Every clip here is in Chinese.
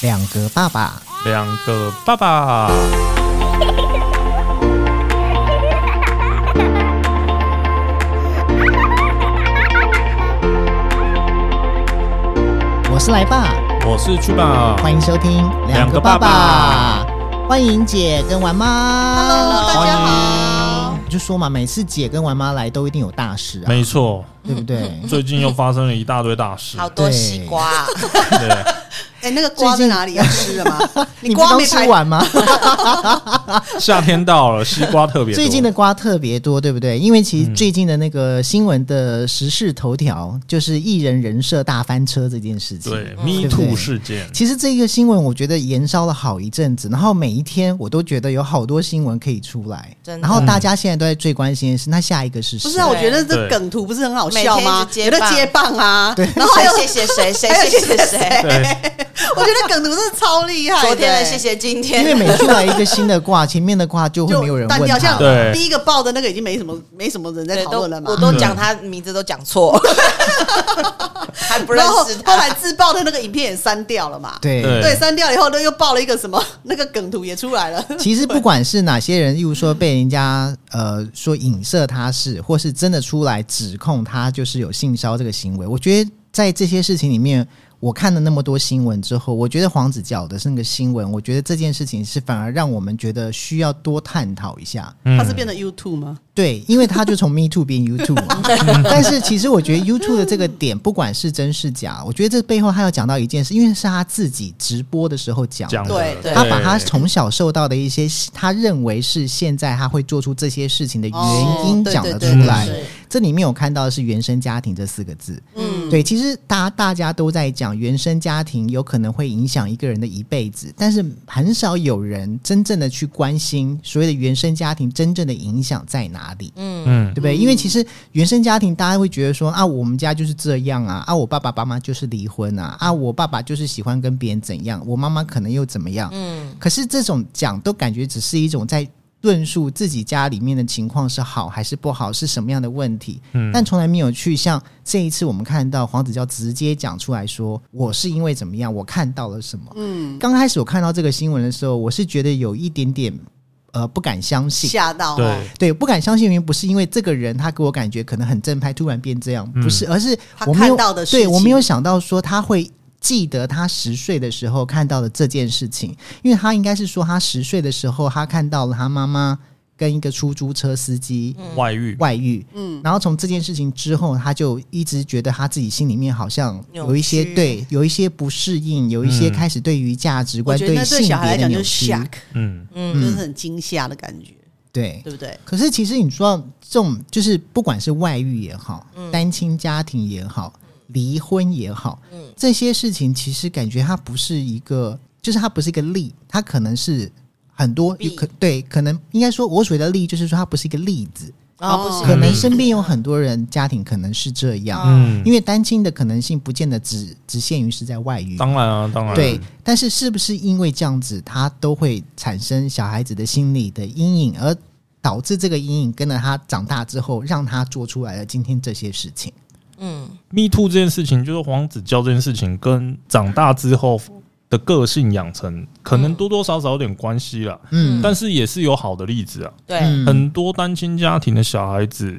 两个爸爸，两个爸爸。我是来爸，我是去吧，欢迎收听两个爸爸欢迎姐跟玩妈。 Hello，大家好。就说嘛，每次姐跟玩妈来都一定有大事啊，没错，对不对？嗯最近又发生了一大堆大事。好多西瓜、啊，嗯 对， 哎、那个瓜在哪里？要吃了吗？你不瓜刚没吃排，完吗？夏天到了，西瓜特别多。最近的瓜特别多，对不对？因为其实嗯最近的那个新闻的时事头条就是艺人人设大翻车这件事情。对嗯对嗯 Me 不对 Too 事件，其实这个新闻我觉得延烧了好一阵子，然后每一天我都觉得有好多新闻可以出来，真的然后大家现在都在最关心的是，那下一个是不谁？是啊？我觉得这对梗图不是很好笑吗？每天一直接有的棒接棒啊，然后还有 谁谢谢谁，谁还有谢谢谁。对，我觉得梗图真的超厉害。昨天的哎谢。谢今天因的，为每出来一个新的卦，前面的卦就会没有人就淡问掉，他像了。对第一个报的那个已经没什么没什么人在对讨都论了嘛我。都嗯讲他名字都讲错，还不认然后识后他。来自爆的那个影片也删掉了嘛。对对对，删掉以后呢，又爆了一个什么 那个梗图也出来了。其实不管是哪些人，例如说被人家呃说影射他是，或是真的出来指控他就是有性骚这个行为，我觉得在这些事情里面，我看了那么多新闻之后，我觉得黄子佼的那个新闻，我觉得这件事情是反而让我们觉得需要多探讨一下。嗯他是变成 YouTube 吗？对，因为他就从 Me Too 变 YouTube 嘛。但是其实我觉得 YouTube 的这个点，不管是真是假，我觉得这背后他要讲到一件事，因为是他自己直播的时候讲的。讲的对对他哎把他从小受到的一些他认为是现在他会做出这些事情的原因哦对讲了对出对来对对。这里面我看到的是“原生家庭”这四个字。嗯，对，其实大大家都在讲原生家庭有可能会影响一个人的一辈子，但是很少有人真正的去关心所谓的原生家庭真正的影响在哪里。嗯对，不对？因为其实原生家庭，大家会觉得说啊，我们家就是这样啊，啊，我爸爸爸妈就是离婚啊，啊，我爸爸就是喜欢跟别人怎样，我妈妈可能又怎么样。嗯，可是这种讲都感觉只是一种在论述自己家里面的情况是好还是不好，是什么样的问题，嗯但从来没有去像这一次我们看到黄子佼直接讲出来说，我是因为怎么样，我看到了什么。嗯，刚开始我看到这个新闻的时候，我是觉得有一点点呃不敢相信。吓到哦对，对，不敢相信的原因不是因为这个人他给我感觉可能很正派，突然变这样，不是，而是他我没有看到的事对我没有情想到说他会。记得他十岁的时候看到的这件事情，因为他应该是说他十岁的时候，他看到了他妈妈跟一个出租车司机外遇，外遇，嗯，然后从这件事情之后，他就一直觉得他自己心里面好像有一些扭曲对，有一些不适应，有一些嗯开始对于价值我观、觉得那性对小孩别来的讲扭就是曲， shock，嗯，就是很惊吓的感觉，对，对不对？可是其实你说这种，就是不管是外遇也好，单亲家庭也好，离婚也好，这些事情其实感觉它不是一个，就是它不是一个例，它可能是很多弊可对，可能应该说我所谓的例，就是说它不是一个例子，然后不哦是可能身边有很多人家庭可能是这样，嗯因为单亲的可能性不见得只只限于是在外遇。当然啊，当然，对，但是是不是因为这样子，他都会产生小孩子的心理的阴影，而导致这个阴影跟着他长大之后，让他做出来了今天这些事情？嗯， Me Too 这件事情，就是黄子佼这件事情，跟长大之后的个性养成，可嗯能多多少少有点关系啦。嗯，但是也是有好的例子啊，对很多单亲家庭的小孩子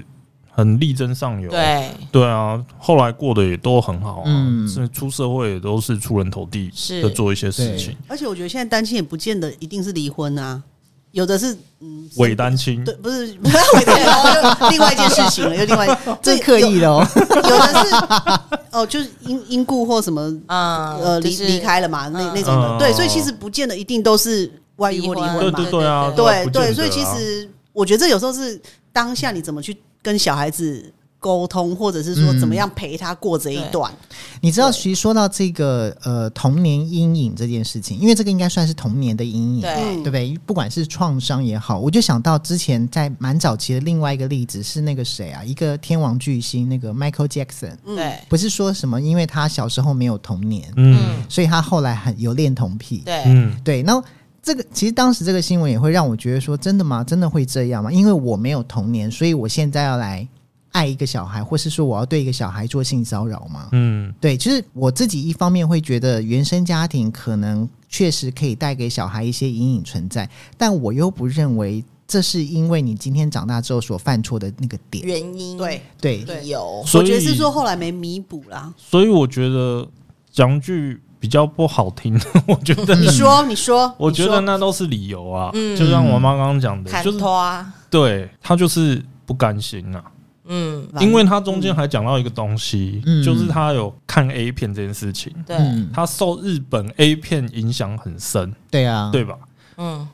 很力争上游，对对啊，后来过得也都很好啊，嗯是出社会也都是出人头地是的做一些事情，而且我觉得现在单亲也不见得一定是离婚啊，有的是嗯伪单亲对，不是不是伪单，然后又另外一件事情了，又另外这刻意的，的哦，有的是哦，就是因因故或什么啊，呃离就是离开了嘛，那嗯那种嗯的，对，所以其实不见得一定都是外遇或离离婚婚嘛对，对啊，对对不见得对，啊所以其实我觉得这有时候是当下你怎么去跟小孩子。沟通，或者是说嗯怎么样陪他过这一段， 你知道，其实说到这个呃童年阴影这件事情，因为这个应该算是童年的阴影，对对不对？不管是创伤也好，我就想到之前在蛮早期的另外一个例子是那个谁啊，一个天王巨星那个 Michael Jackson，嗯对不是说什么因为他小时候没有童年，嗯所以他后来很有恋童癖。对嗯对，那这个其实当时这个新闻也会让我觉得说，真的吗？真的会这样吗？因为我没有童年，所以我现在要来爱一个小孩，或是说我要对一个小孩做性骚扰吗？嗯对，其实我自己一方面会觉得原生家庭可能确实可以带给小孩一些阴影存在，但我又不认为这是因为你今天长大之后所犯错的那个点。原因对，对，理由，所我以觉得是说后来没弥补啦。所以我觉得讲句比较不好听， 我觉得你说，你说，我觉得嗯你说那都是理由啊。嗯就像我妈刚刚讲的，砍就是拖啊，对她就是不甘心啊，嗯，因为她中间还讲到一个东西，嗯就是她有看 A 片这件事情，对，嗯，她受日本 A 片影响很深，对啊，对吧？嗯，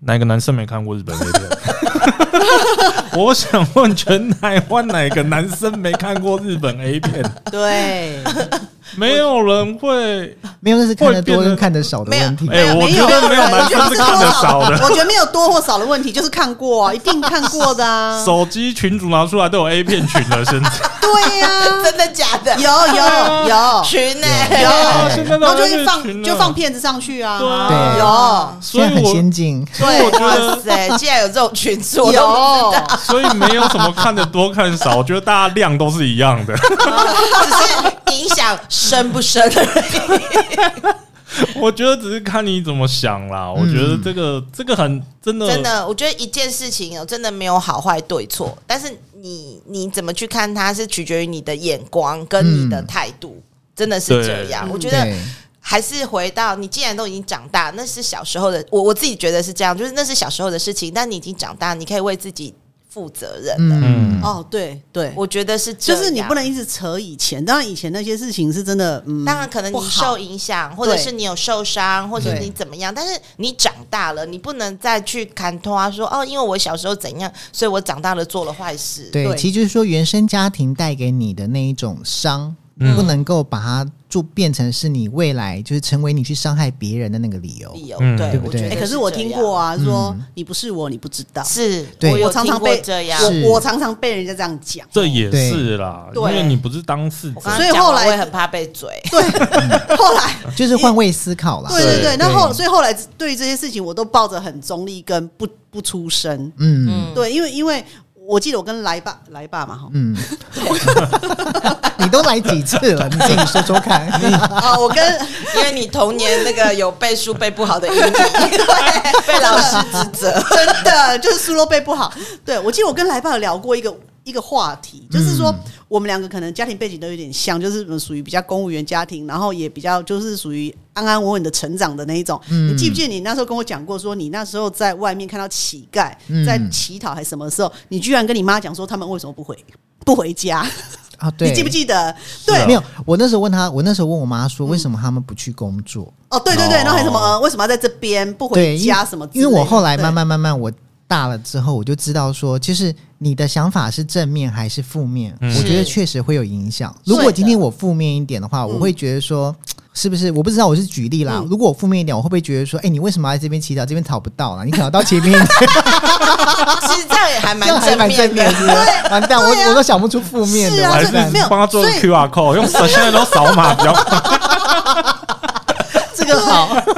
哪个男生没看过日本 A 片？ 我想问全台湾哪个男生没看过日本 A 片？ 对，没有人会。没有那是看得多会变跟得看得少的问题。哎、我觉得没有男生是看得少 的。我觉得没有多或少的问题，就是看过啊，一定看过 的啊。手机群主拿出来都有 A 片群了，现在 对呀、真的假的？有 有有群呢？有啊现在然都有后就 A 是片群放了就放片子上去啊，对啊对有。现所以在很我先进，所以我觉哇得，塞，竟然有这种群组，我都有， 所以没有什么看的多看得少，我觉得大家量都是一样的。只是影响深不深的人。 我觉得只是看你怎么想啦。我觉得这个这个很真的真的，我觉得一件事情哦，真的没有好坏对错，但是你你怎么去看它，是取决于你的眼光跟你的嗯态度，真的是这对样。 嗯我觉得对，还是回到你，既然都已经长大，那是小时候的我，我自己觉得是这样，就是那是小时候的事情，但你已经长大，你可以为自己负责任了。嗯，哦，对对，我觉得是这就样，是你不能一直扯以前，当然以前那些事情是真的，嗯，当然可能不你好受影响，或者对是你有受伤，或者对你怎么样，但是你长大了，你不能再去砍头啊说哦，因为我小时候怎样，所以我长大了做了坏事。对，对其实就是说原生家庭带给你的那一种伤，嗯不能够把它做变成是你未来就是成为你去伤害别人的那个理由。理由，嗯对对不我觉对得哎、这样、可是我听过啊，说嗯你不是我，你不知道，是，对我我有常听常过被这样，是我我常常被人家这样讲， 这也是啦，因对为你不是当事者我，刚刚所以讲后了来我也很怕被嘴，后来 就是换位思考啦。对对对，那后对所以后来对于这些事情，我都抱着很中立跟不不出声，嗯对，因为因为我记得我跟来爸来爸嘛哈， 嗯，你都来几次了？你自己说说 看。哦，我跟 因为你童年那个有背书背不好的阴 影，被老师指责。真的就是苏洛贝不好。对我记得我跟来爸有聊过一个一个话题，就是说、嗯我们两个可能家庭背景都有点像，就是我们属于比较公务员家庭，然后也比较就是属于安安稳稳的成长的那一种。嗯你记不记得你那时候跟我讲过说，你那时候在外面看到乞丐、嗯在乞讨还是什么时候，你居然跟你妈讲说他们为什么不回 不回家？ 啊，对，你记不记得？是啊对没有，我那时候问他，我那时候问我妈说，为什么他们不去工作？哦，对对对，哦然后还什么、呃、为什么要在这边不对，回因为家什么之类因的？为我后来对慢。慢慢慢，我大了之后，我就知道说，其实你的想法是正面还是负面，嗯我觉得是确实会有影响。是的如果今天我负面一点的话，我会觉得说。是不是？我不知道，我是举例啦。嗯如果我负面一点，我会不会觉得说，哎、你为什么要来这边祈祷？这边讨不到啦，你可能要到 前面一点，其实这样也还蛮这样还蛮正面面的。是不是？完蛋，我、我都想不出负面啊是的，啊还完是蛋没。有帮他做个所以 QR code，用手现在都扫码 比较快。这个好， 对，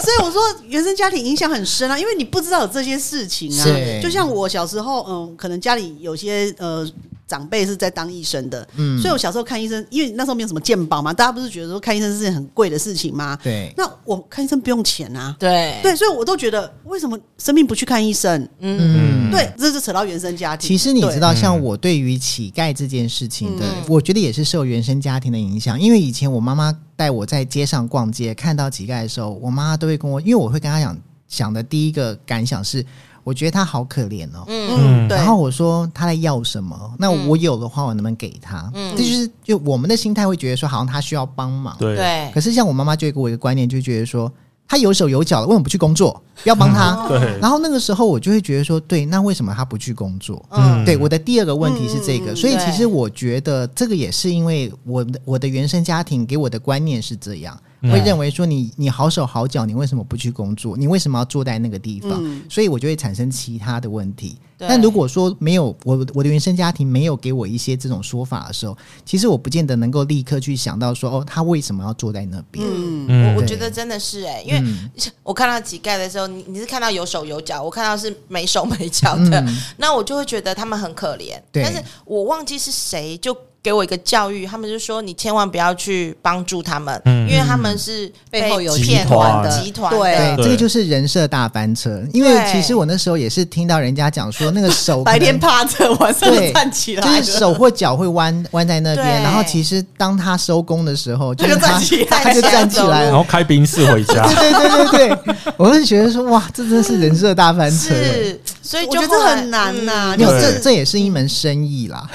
所以我说原生家庭影响很深啊，因为你不知道有这些事情是啊。就像我小时候，嗯，可能家里有些呃长辈是在当医生的，嗯所以我小时候看医生，因为那时候没有什么健保嘛，大家不是觉得说看医生是件很贵的事情吗？对，那我看医生不用钱啊，对对，所以我都觉得为什么生病不去看医生？嗯，嗯对，这就扯到原生家庭。其实你知对，道，对像我对于乞丐这件事情的，嗯我觉得也是受原生家庭的影响。因为以前我妈妈带我在街上逛街，看到乞丐的时候，我妈妈都会跟我，因为我会跟她讲想的第一个感想是，我觉得他好可怜哦。嗯嗯，对然，后我说他在要什么？那嗯我有的话，我能不能给他？这就是就我们的心态会觉得说，好像他需要帮忙。对对可是像我妈妈就会给我一个观念，就觉得说他有手有脚了，为什么不去工作？不要帮他？对，然后那个时候我就会觉得说，对，那为什么他不去工作？嗯对，我的第二个问题是这嗯个，嗯嗯所以其对实我觉得这个也是因为我的我的原生家庭给我的观念是这样，嗯会认为说你你好手好脚，你为什么不去工作？你为什么要坐在那个地方？嗯所以我就会产生其他的问题。对但如果说没有我我的原生家庭没有给我一些这种说法的时候，其实我不见得能够立刻去想到说哦，他为什么要坐在那边？嗯，嗯我我对觉得真的是哎、因为嗯我看到乞丐的时候，你你是看到有手有脚，我看到是没手没脚的，那我就会觉得他们很可怜。对但是我忘记是谁就给我一个教育，他们就说你千万不要去帮助他们，嗯因为他们是背后有集骗团的的集团对对，的对这个就是人设大翻车。因为对其实我那时候也是听到人家讲说，那个手 白天可能趴着，晚上对站起就来了，是手或脚会弯弯在那边，对然后其实当他收工的时候，他是就站他起来他就站起来然了。后开宾士回家，对对对对对，我就觉得说哇，这真是人设大翻车。欸是，所以我就觉得这后来很难呐、没有，对这这也是一门生意啦。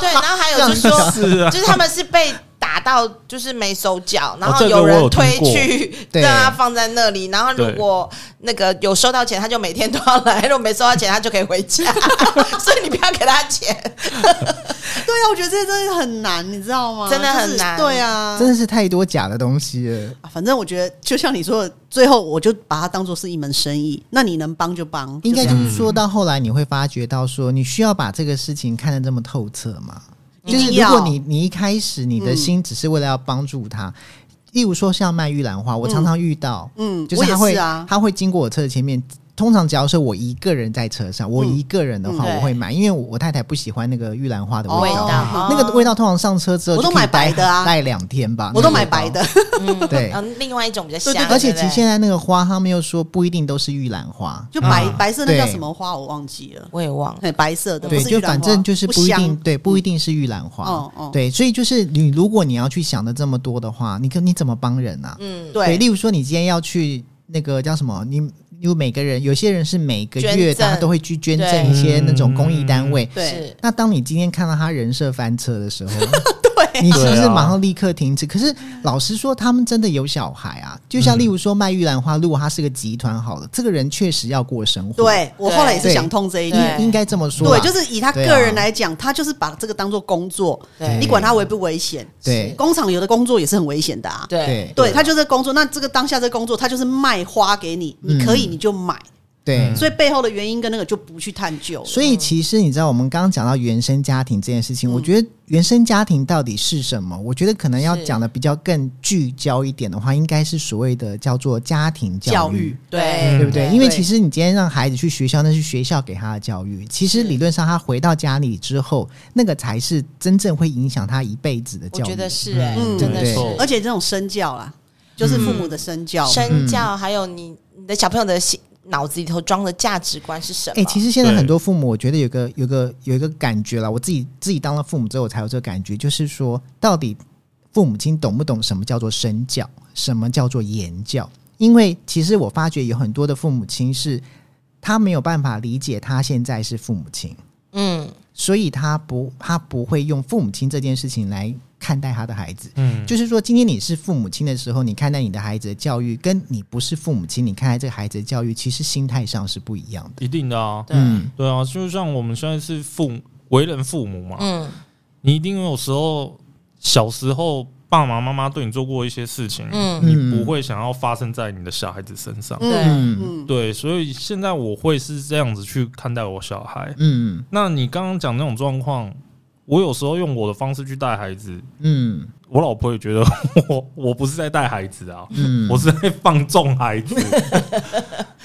对，然后还有就是这样说，是啊就是他们是被打到就是没手脚，然后这个有我人有听推过去对让他放在那里，然后如对果那个有收到钱，他就每天都要来；如果没收到钱，他就可以回家。所以你不要给他钱，对啊，我觉得这真的很难，你知道吗？真的很就是难对啊，真的是太多假的东西了。啊反正我觉得，就像你说的，最后我就把它当做是一门生意，那你能帮就帮，应该就就这样是说到后来，你会发觉到说，你需要把这个事情看得这么透彻吗？一就定是如要果你你一开始你的嗯心只是为了要帮助他，例如说像卖玉兰花，我常常遇到，嗯，就我是他也会是啊，他会经过我车的前面。通常只要是我一个人在车上，我嗯一个人的话，嗯我会买，因为我我太太不喜欢那个玉兰花的哦味道。道那个味道通常上车之后我都就可以买白的啊待两天吧。我都买那个白味道，的，嗯对然后另外一种比较对香，对而且对不其对实现在那个花，他们又说不一定都是玉兰花，就白、嗯白色那叫啊对什么花我忘记了，我也忘了，对，白色的，不对，是玉就兰花反正就是不不一定，香嗯对，不一定是玉兰花。哦哦对，所以就是你，如果你要去想的这么多的话，你可你怎么帮人啊？嗯，对例如说你今天要去那个叫什么，你有每个人，有些人是每个月捐赠他都会去捐对赠一些那嗯种公益单位。对，是那当你今天看到他人设翻车的 时候，你是不对是啊马上立刻停止？可是老实说，他们真的有小孩啊，就像嗯例如说卖玉兰花，如果他是个集团好了，这个人确实要过生活，对我后来也是对想通这一点。对应应该这么说吧，对，就是以他对啊个人来讲，他就是把这个当做工作，对你管他危不危险？对工厂有的工作也是很危险的啊。对对对，他就是工作，那这个当下这工作，他就是卖花给你，你可以嗯你就买，对。所以背后的原因跟那个就不去探究了。所以其实你知道，我们刚刚讲到原生家庭这件事情，嗯我觉得原生家庭到底是什么？我觉得可能要是讲的比较更聚焦一点的话，应该是所谓的叫做家庭教育育，对对不对？对因为其实你今天让孩子去学校，那是学校给他的教育。其实是理论上，他回到家里之后，那个才是真正会影响他一辈子的我教育。觉得是哎、嗯真的对是而且这种身教啦，就是父母的身教，嗯身教，还有你你的小朋友的心脑子里头装的价值观是什么？哎、其实现在对很多父母，我觉得有个有个有一个感觉了，我自己自己当了父母之后，我才有这个感觉，就是说，到底父母亲懂不懂什么叫做身教，什么叫做言教？因为其实我发觉有很多的父母亲是，他没有办法理解他现在是父母亲，嗯，所以他不他不会用父母亲这件事情来看待他的孩子。嗯，就是说，今天你是父母亲的时候，你看待你的孩子的教育，跟你不是父母亲，你看待这个孩子的教育，其实心态上是不一样的。 一定的啊，对，嗯对啊，就像我们现在是父母为人父母嘛，嗯你一定有时候小时候爸爸妈妈对你做过一些事情，嗯你不会想要发生在你的小孩子身上。对嗯嗯，对，所以现在我会是这样子去看待我小孩。嗯那你刚刚讲那种状况，我有时候用我的方式去带孩子，嗯我老婆也觉得 我我不是在带孩子啊，嗯，我是在放纵 孩子。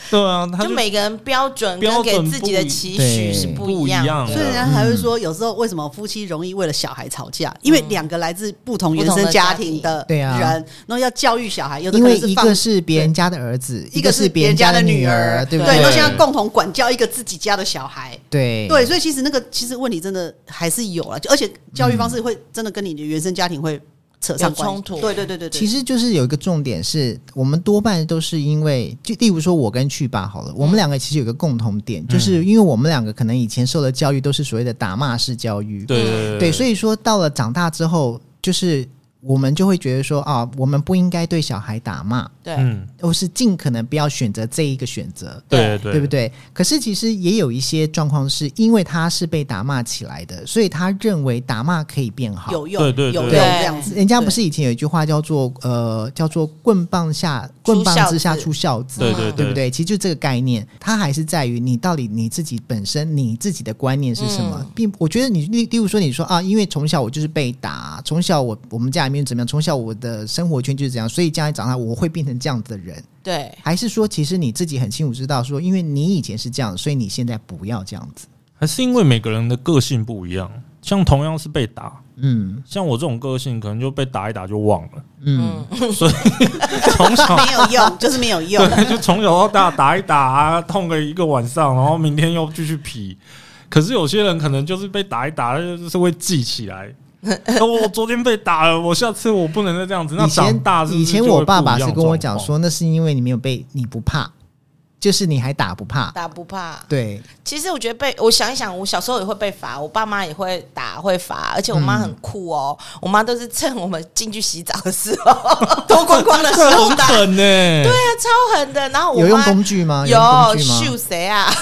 对啊，他就每个人标准跟标给准自己的期许是不一不一样样的所以人家还会说，有时候为什么夫妻容易为了小孩吵架？因为两个来自不同原生家庭的嗯对啊人，然后要教育小孩，有的因可为能一放个是别人家的儿子，一个个是是别别人人家家的的女女儿，儿，对不对，都对？现在共同管教一个自己家的小孩。对对，所以其实那个其实问题真的还是有了，就而且教育方嗯式会真的跟你的原生家庭会扯上有关系冲突对对对对对，其实就是有一个重点是，我们多半都是因为，就例如说我跟去爸好了，我们两个其实有个共同点，嗯就是因为我们两个可能以前受的嗯教育都是所谓的打骂式教育，对对对，所以说到了长大之后，就是我们就会觉得说啊，我们不应该对小孩打骂，对，嗯，都是尽可能不要选择这一个选择。对对对不？对？可是其实也有一些状况是因为他是被打骂起来的，所以他认为打骂可以变好。有用，对对有用对这样子。人家不是以前有一句话叫做呃叫做棍棒下棍棒之下出孝子，对对对不？对？其实就这个概念，它还是在于你到底你自己本身你自己的观念是什么，嗯并我觉得你例例如说你说啊，因为从小我就是被打，从小我我们家里面怎么样，从小我的生活圈就是这样，所以将来长大我会变成这样子的人，对，还是说其实你自己很清楚知道说，因为你以前是这样，所以你现在不要这样子，还是因为每个人的个性不一样，像同样是被打，嗯像我这种个性可能就被打一打就忘了，嗯， 从哦小没有用，就是没有用。对，就从小到大打一打、啊，痛个一个晚上，然后明天又继续皮。可是有些人可能就是被打一打，就是会记起来。哦我昨天被打了，我下次我不能再这样子。嗯那以长前大是不是以前就会我爸爸不一是样跟我讲状说，况，那是因为你没有被你不怕，就是你还打不怕。打不怕。对，其实我觉得被我想一想，我小时候也会被罚，我爸妈也会打会罚，而且我妈很酷哦，我妈都是趁我们进去洗澡的时候脱光光的时候 打，对很呢、啊，超狠的。然后我有用妈工具吗？有有用工具吗？秀 谁啊？啊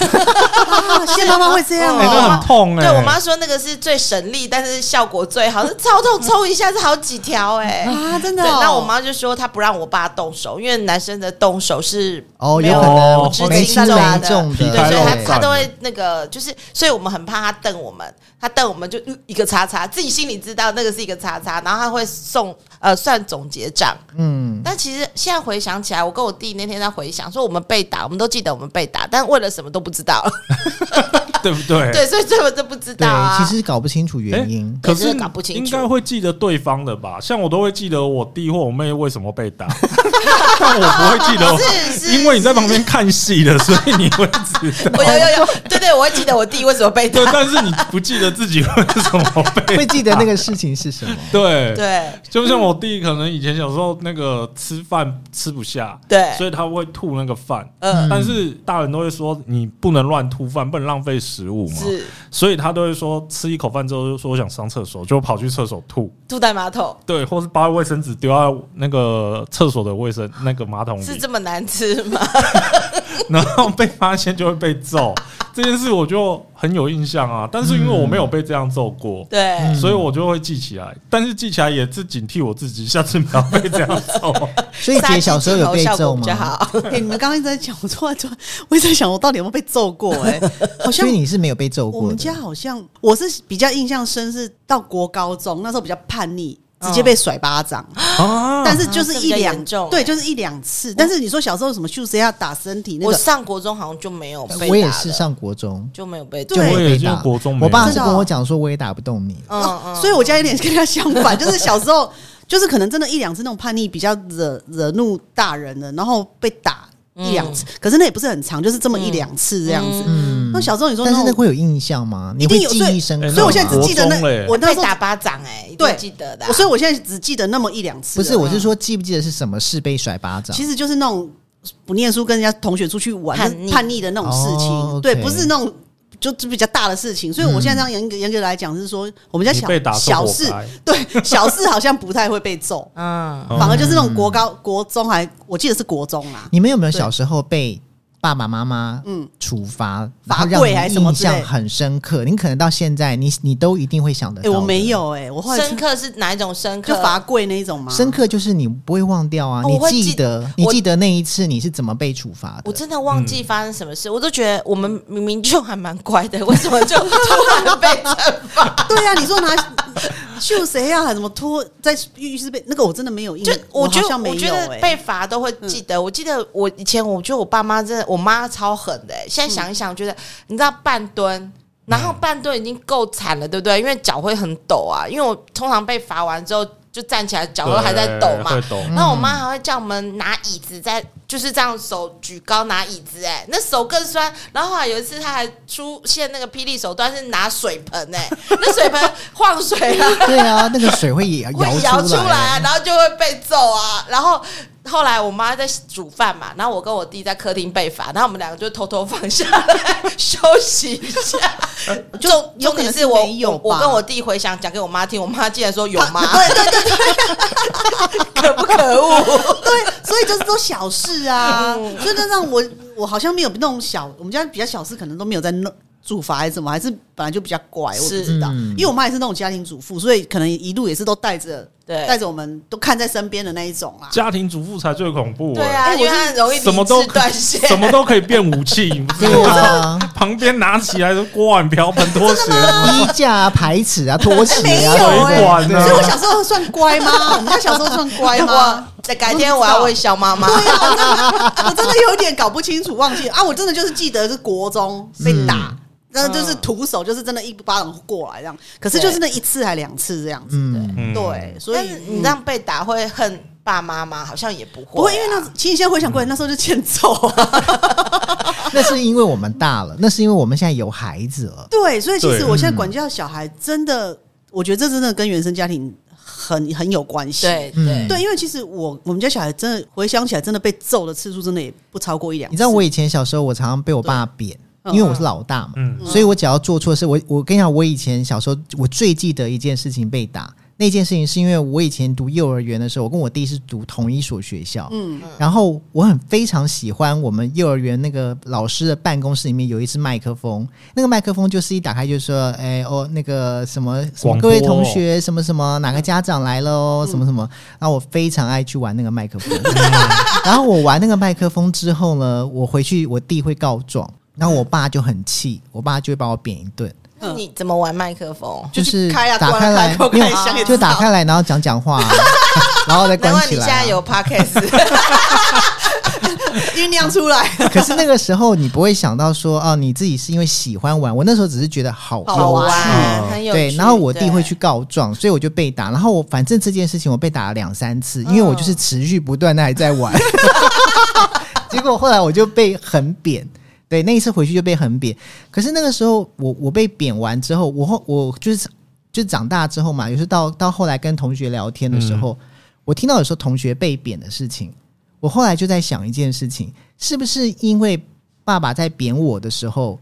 现在妈妈会这样哎、哦，那很痛哎、对我妈说那个是最省力，但是效果最好，是超痛，抽一下是好几条 哎、啊，真的对哦。，那我妈就说她不让我爸动手，因为男生的动手是哦，没有有可哦能直没接轻中没的重皮的，对，开所以肉他绽他都了会那个，就是，所以我们很怕他瞪我们，他瞪我们就嗯一个叉叉，自己心里知道那个是一个叉叉，然后他会送呃算总结账。嗯，但其实现在回想起来，我跟我弟那天在回想，说我们被打，我们都记得我们被打，但为了什么都不知道，对不对？ 对，所以最后都不知道对，啊。其实搞不清楚哎原因。可可是是搞不清楚应该会记得对方的吧？像我都会记得我弟或我妹为什么被 打，但我不会记得我是是因为你在旁边看戏了，所以你会知道 我。有有有，对对，我会记得我弟为什么被打对，，但是你不记得自己为什么被会记得那个事情是 什么？对，对就像我弟可能以前小时候那个吃饭吃不下，对所以他会吐那个饭。嗯但是大人都会说你不能乱吐饭，不能浪费食物嘛，是所以他都会说吃一口饭之后就说我想上厕所，就跑去厕所吐，吐在马桶，对，或是把卫生纸丢到那个厕所的卫生那个马桶是里，这么难吃吗？ 然后被发现就会被揍。这件事我就很有印象啊，但是因为我没有被这样揍过，对，嗯所以我就会记起来，但是记起来也是警惕我自己，下次不要被这样做。所以姐小时候有被杀鸡儆猴效揍果比较吗？好。哎，你们刚刚一直在讲，我突然突然，我一直在想，我到底有没有被揍过？ 哎，好所像以你是没有被揍我过们家的。好像我是比较印象深，是到国高中那时候比较叛逆，直接被甩巴掌。 啊但是就嗯是这比一较两严重哎对，就是一两次。但是你说小时候什么就是要打身体那我个，上国中好像就没有被打我也是了上国中就没有被对就我会也被就打，国中没有我爸是真的跟哦我讲说我也打不动你。嗯嗯，所以我家有点跟他相反，就是小时候就是可能真的一两次那种叛逆，比较惹惹怒大人了，然后被打一两次。可是那也不是很长，就是这么一两次这样子。嗯，那小时候你说但是那那种，会有印象吗？你一会定有记忆深刻哎吗？所以我现在只国记得那中欸嘞我那被时候打巴掌哎、一定对记得的啊、我所以我现在只记得那么一两次。啊不是，我是说记不记得是什么事被甩巴掌？其实就是那种不念书跟人家同学出去玩叛就逆是叛逆的那种事情，哦对， OK 不是那种。就就比较大的事情，所以我现在这样严格严格来讲是说，我们家你小被打是小活事该，对小事好像不太会被揍，嗯，哦嗯反而就是那种国高国中还，我记得是国中啦，你们有没有小时候被爸爸妈妈嗯处罚，罚然后跪让还你是什么印之类象很深刻？你可能到现在，你你都一定会想得哎、到的。我没有哎、我后来深刻是哪一种深刻？就罚跪那一种嘛，深刻，就是你不会忘掉啊，哦你我会记记得我，你记得那一次你是怎么被处罚我的。真的忘嗯记发生什么事，我都觉得我们明明就还蛮乖的，为什么就突然被惩罚？对呀、啊，你说拿 秀谁啊，还什么拖在浴室被那个我真的没有印就象，我觉好得，像没我觉有嗯得哎、被罚都会记得。我记得我以前，我觉得我爸妈真的，我妈超狠的、欸。现在想一想，觉得你知道半蹲，嗯然后半蹲已经够惨了，对不对？因为脚会很抖啊，因为我通常被罚完之后就站起来，脚都还在抖嘛对。会抖。嗯然后我妈还会叫我们拿椅子在，就是这样手举高拿椅子、哎，那手更酸。然后后来有一次，她还出现那个霹雳手段是拿水盆、哎，那水 盆晃水啊，对啊，那个水会摇会摇出 出来啊，然后就会被揍啊。然后后来我妈在煮饭嘛，然后我跟我弟在客厅被罚，然后我们两个就偷偷放下来休息一 下。就重有重可点能是是我没有我我吧跟我弟回想讲给我妈听，我妈竟然说有 吗？ 可不可恶？ 对，所以就是都小事啊，嗯所以就让我我好像没有那种小，我们家比较小事，可能都没有在弄。处罚还是什么，还是本来就比较乖，我不是知道。嗯因为我妈也是那种家庭主妇，所以可能一路也是都带着，对带着我们都看在身边的那一种啊啦。家庭主妇才最恐怖、欸，对啊，哎因为她容易什么都理智断线，什么都可以变武器，你 不知道对吗啊，旁边拿起来的锅碗瓢盆拖鞋，衣架啊、排尺啊、拖鞋没有欸啊，对不对水管啊所以我小时候算乖吗？我们家小时候算乖 吗？我改天我要问肖妈妈。对啊，我真的有点搞不清楚，忘记了啊！我真的就是记得是国中被打，然后就是徒手，就是真的一巴掌过来这样。可是就是那一次还两次这样子，嗯，嗯对，所但以是你这样被打会恨爸妈吗？好像也不会啊、不会，因为那其实你现在回想过来，那时候就欠揍啊。 那是因为我们大了，那是因为我们现在有孩子了。 对，所以其实对我现在管教小孩，真的，我觉得这真的跟原生家庭很很有关系。对嗯对对，因为其实我我们家小孩真的回想起来，真的被揍的次数真的也不超过一两次。你知道我以前小时候，我常常被我爸扁，对因为我是老大嘛，嗯所以我只要做错事，我我跟你讲，我以前小时候我最记得一件事情被打，那件事情是因为我以前读幼儿园的时候，我跟我弟是读同一所学校，嗯，然后我很非常喜欢我们幼儿园那个老师的办公室里面有一支麦克风，那个麦克风就是一打开就说，哎哦那个什么什么广播各位同学什么什么哪个家长来了哦嗯什么什么，然后我非常爱去玩那个麦克风。然后我玩那个麦克风之后呢，我回去我弟会告状，然后我爸就很气，我爸就会把我扁一顿，那你怎么玩麦克风？嗯就就是开啊打关啊开来开，关没有开箱也就知道打开来，然后讲讲话啊、然后再难 关怪起你来现啊、在有 podcast， 酝酿出来，可是那个时候你不会想到说哦，你自己是因为喜欢玩，我那时候只是觉得好好玩。玩，嗯很有趣。对，然后我弟对会去，告状，所以我就被打。然后我反正这件事情我被打了两三次，因嗯为我就是持续不断的还在 玩。结果后来我就被狠扁，对，那一次回去就被狠扁。可是那个时候我我被扁完之后，我后我就是就长大之后嘛，有时候到到后来跟同学聊天的时候，我听到有时候同学被贬的事情，我后来就在想一件事情，是不是因为爸爸在贬我的时候，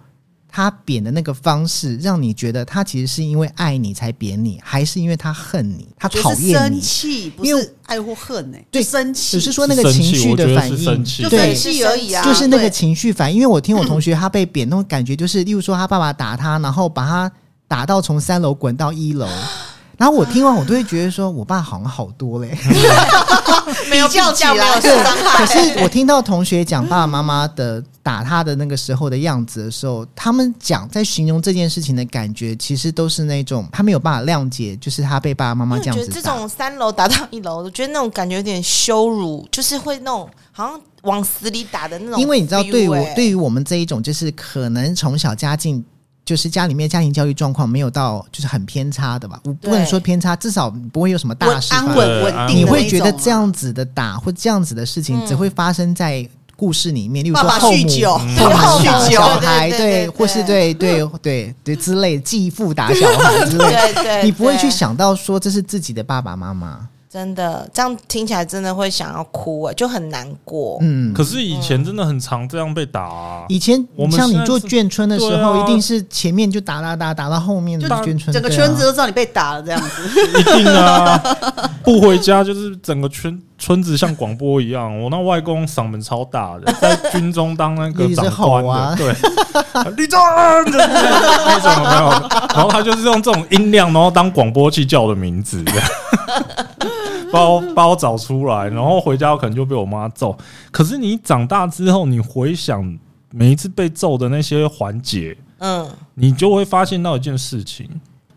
他贬的那个方式，让你觉得他其实是因为爱你才贬你，还是因为他恨你，他啊讨就是厌生你？气，不因为是爱或恨呢、对就生气，只是说那个情绪的反生气我觉得是应生，气就对生，气而已啊，就是那个对嗯情绪反应。因为我听我同学他被扁那种感觉，就是例如说他爸爸打他，然后把他打到从三楼滚到一楼。然后我听完，我都会觉得说，我爸好像好多嘞。 没有比较较，起没来有对伤 可害。是我听到同学讲爸爸妈妈的打他的那个时候的样子的时候，他们讲在形容这件事情的感觉，其实都是那种他没有办法谅解，就是他被爸爸妈妈我这觉样得子这打。种三楼打到一楼，我觉得那种感觉有点羞辱，就是会那种好像往死里打的那种 feel 欸。因为你知道，对我对于我们这一种，就是可能从小家境，就是家里面家庭教育状况没有到就是很偏差的吧，我不能对说偏差，至少不会有什么大稳事安发稳生。对稳你定的那一种啊，嗯会觉得这样子的打或这样子的事情，只会发生在故事里面，例如爸说爸后母酗酒后母 爸爸打酗酒小孩，对对对对或是对对对对之类，继父打小孩之 类，对对，你不会去对想到说这是自己的爸爸妈妈，真的，这样听起来真的会想要哭哎，就很难过。嗯。可是以前真的很常这样被打、啊，以前我们像你现在做是眷村的时对候，啊一定是前面就打打打打到后面的就眷村，整个对啊圈子都知道你被打了这样子。一定啊，不回家就是整个村村子像广播一样。我那外公嗓门超大的，在军中当那个一直长吼官啊的，对， 立正就是那种有没有？然后他就是用这种音量，然后当广播器叫我的 名字，这样把我把我找出来，然后回家我可能就被我妈揍。可是你长大之后，你回想每一次被揍的那些环节，嗯，你就会发现到一件事情：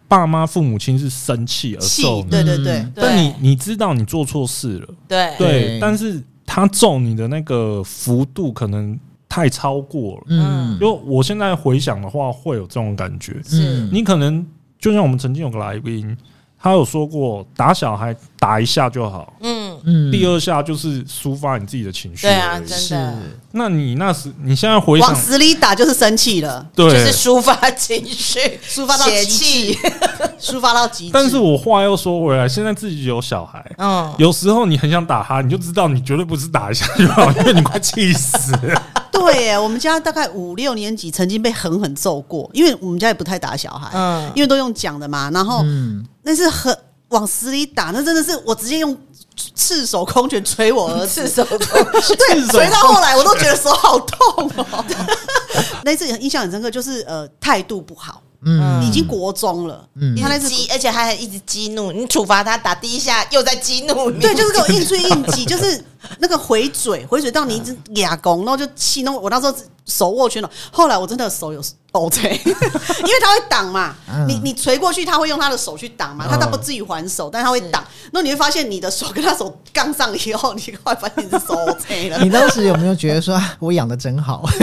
爸妈、父母亲是生气而气揍你，对对对嗯但你对你知道你做错事了，对对对，但是他揍你的那个幅度可能太超过了。嗯，就我现在回想的话，会有这种感觉。嗯你可能就像我们曾经有个来宾，他有说过，打小孩打一下就好，嗯嗯，第二下就是抒发你自己的情绪对啊而已。真是的那你那时你现在回往想，死里打就是生气了， 就对，是抒发情绪，抒发到血极气致，， 抒发到极致。但是我话又说回来，现在自己有小孩，嗯，有时候你很想打他，你就知道你绝对不是打一下就好，因为你快气死了。对耶，我们家大概五六年级曾经被狠狠揍过，因为我们家也不太打小孩，嗯因为都用讲的嘛。然后嗯，那是很往死里打，那真的是我直接用赤手空拳捶我儿子， 赤手空拳，对，手捶到后来我都觉得手好痛哦。 那一次很印象很深刻，就是呃态度不好，嗯已经国中了，嗯他那次激，而且他还一直激怒你，处罚他打第一下又在激怒 你，对，就是给我硬吹硬挤，就是那个回嘴，回嘴到你一直哑拱，然后就气弄。我那时候手握拳头，后来我真的手有抖锤， 因为他会挡嘛，嗯你你捶过去，他会用他的手去挡嘛，他倒不至于还手，但是他会挡。那你会发现你的手跟他手杠上以后，你会发现你是手 OK 了。你当时有没有觉得说啊我养的真好？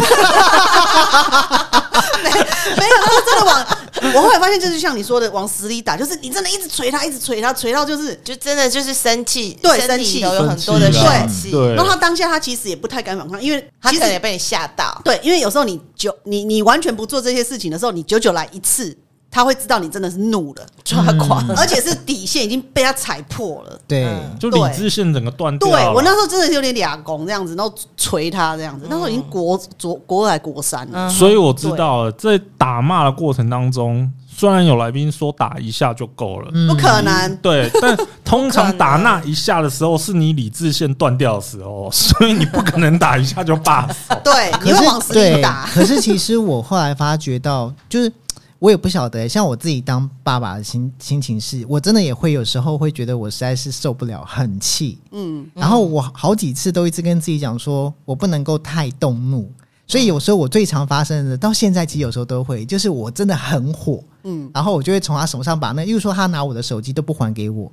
没有，他真的往我后来发现，就是像你说的，往死里打，就是你真的一直捶他，一直捶他，捶到就是。就真的就是生气，对身体生气里头有很多的生气啊血气，对然后他当下他其实也不太敢反抗，因为他其可实能也被你吓到，对，因为有时候你久你你完全不做这些事情的时候，你久久来一次，他会知道你真的是怒 了，抓狂，嗯而且是底线已经被他踩破了。对，嗯就理智线整个断掉 对啊了。我那时候真的有点俩拱这样子，然后捶他这样子。那时候已经国国国二还国三了，所以我知道了，在打骂的过程当中，虽然有来宾说打一下就够了，嗯不可能。对，但通不可常能打那一下的时候，是你理智线断掉的时候，所以你不可能打一下就罢手。嗯对，可你是会往死里对。打可是其实我后来发觉到，就是我也不晓得、欸像我自己当爸爸的心心情是，我真的也会有时候会觉得我实在是受不了，很气。嗯，然后我好几次都一直跟自己讲说，我不能够太动怒。所以有时候我最常发生的，到现在其实有时候都会，就是我真的很火，嗯嗯，然后我就会从他手上把那，又说他拿我的手机都不还给 我，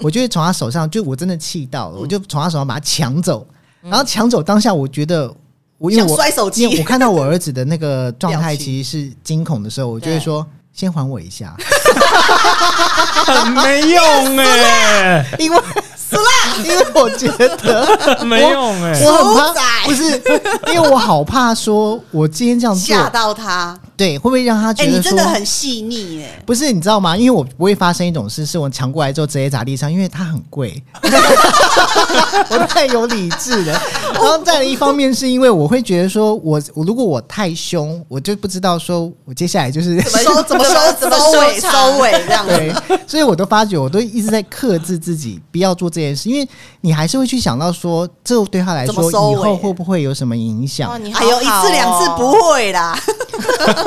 我就会从他手上，就我真的气到嗯了，我就从他手上把它抢走，然后抢走当下，我觉得我因为想我摔手机因为我看到我儿子的那个状态表情其实是惊恐的时 候，我就会说先还我一下， 很没用哎、因为死啦，因为我觉得 没用哎、我很猪仔怕，不是因为我好怕说，我今天这样吓做，到他。对，会不会让他哎、觉你得真说的很细腻哎，不是？你知道吗？因为我不会发生一种事，是我抢过来之后直接砸地上，因为它很贵， 我太有理智 了。然后再来一方面是因为我会觉得说我，我如果我太凶，我就不知道说我接下来就是怎么收怎么 收怎怎么么收收尾场收尾这样子。 对，所以我都发觉，我都一直在克制自己，不要做这件事，因为你还是会去想到说，这对他来怎说么以收尾后会不会有什么影响？哇，你好哎好哦呦，一次两次不会啦，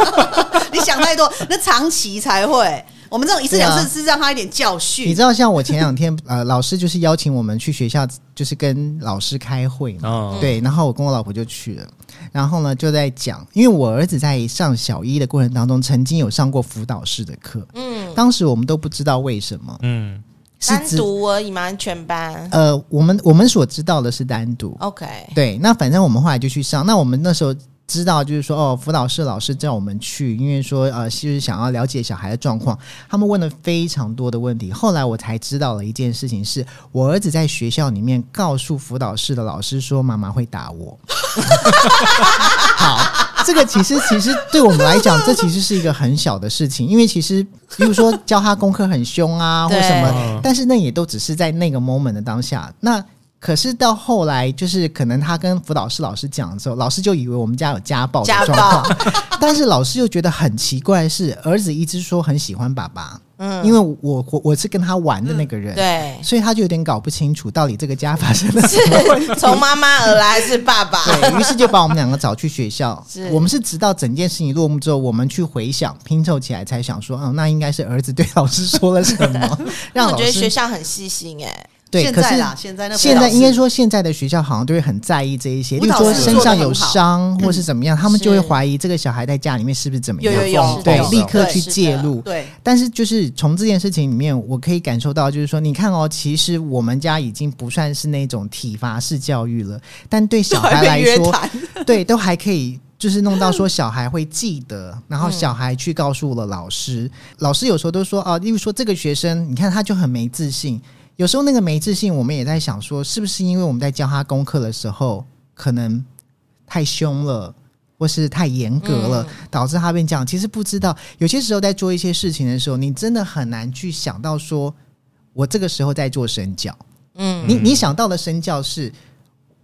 你想太多，那长期才会。我们这种一次两对次啊是让他一点教训。你知道，像我前两天，呃，老师就是邀请我们去学校，就是跟老师开会嘛。嗯对，然后我跟我老婆就去了，然后呢就在讲，因为我儿子在上小一的过程当中，曾经有上过辅导室的课，嗯，当时我们都不知道为什么嗯，是单只独而已吗？全班呃，我们我们所知道的是单独， ，OK，对，那反正我们后来就去上。那我们那时候知道，就是说哦，辅导室老师叫我们去，因为说呃，就是想要了解小孩的状况。他们问了非常多的问题。后来我才知道了一件事情是，我儿子在学校里面告诉辅导室的老师说，妈妈会打我。好。这个其实其实对我们来讲，这其实是一个很小的事情，因为其实比如说教他功课很凶啊，或对什么嗯但是那也都只是在那个 moment 的当下。那可是到后来，就是可能他跟辅导室老师讲的时候，老师就以为我们家有家暴的家状况， 但是老师又觉得很奇怪的是，儿子一直说很喜欢爸爸，嗯，因为我我我是跟他玩的那个人，对，所以他就有点搞不清楚到底这个家发生了什么。 是从妈妈而来还是爸爸？对于是就把我们两个找去学校是，我们是直到整件事情落幕之后，我们去回想拼凑起来，才想说，哦，那应该是儿子对老师说了什 么，那让我老觉得学师校很细心哎，对。现可在是啦，现在那现在应该说说，现在的学校好像都会很在意这一些，辅例如导说室身做得上很有好嗯伤或是怎么样，他们是就会怀疑这个小孩在家里面是不是怎么有样，有有，对有，立刻对去是的介入。对但是就是从这件事情里面，我可以感受到，就是说，你看哦，其实我们家已经不算是那种体罚式教育了，但对 小孩来约说，谈， 对，都还可以。就是弄到说小孩会记得，然后小孩去啊告诉了老师，老师有时候都说哦，例如说这个学生，你看他就很没自信。有时候那个没自信，我们也在想说，是不是因为我们在教他功课的时候，可能太凶了，或是太严格了，导致他变这样？其实不知道，有些时候在做一些事情的时候，你真的很难去想到说，我这个时候在做身教。嗯你你想到的身教是，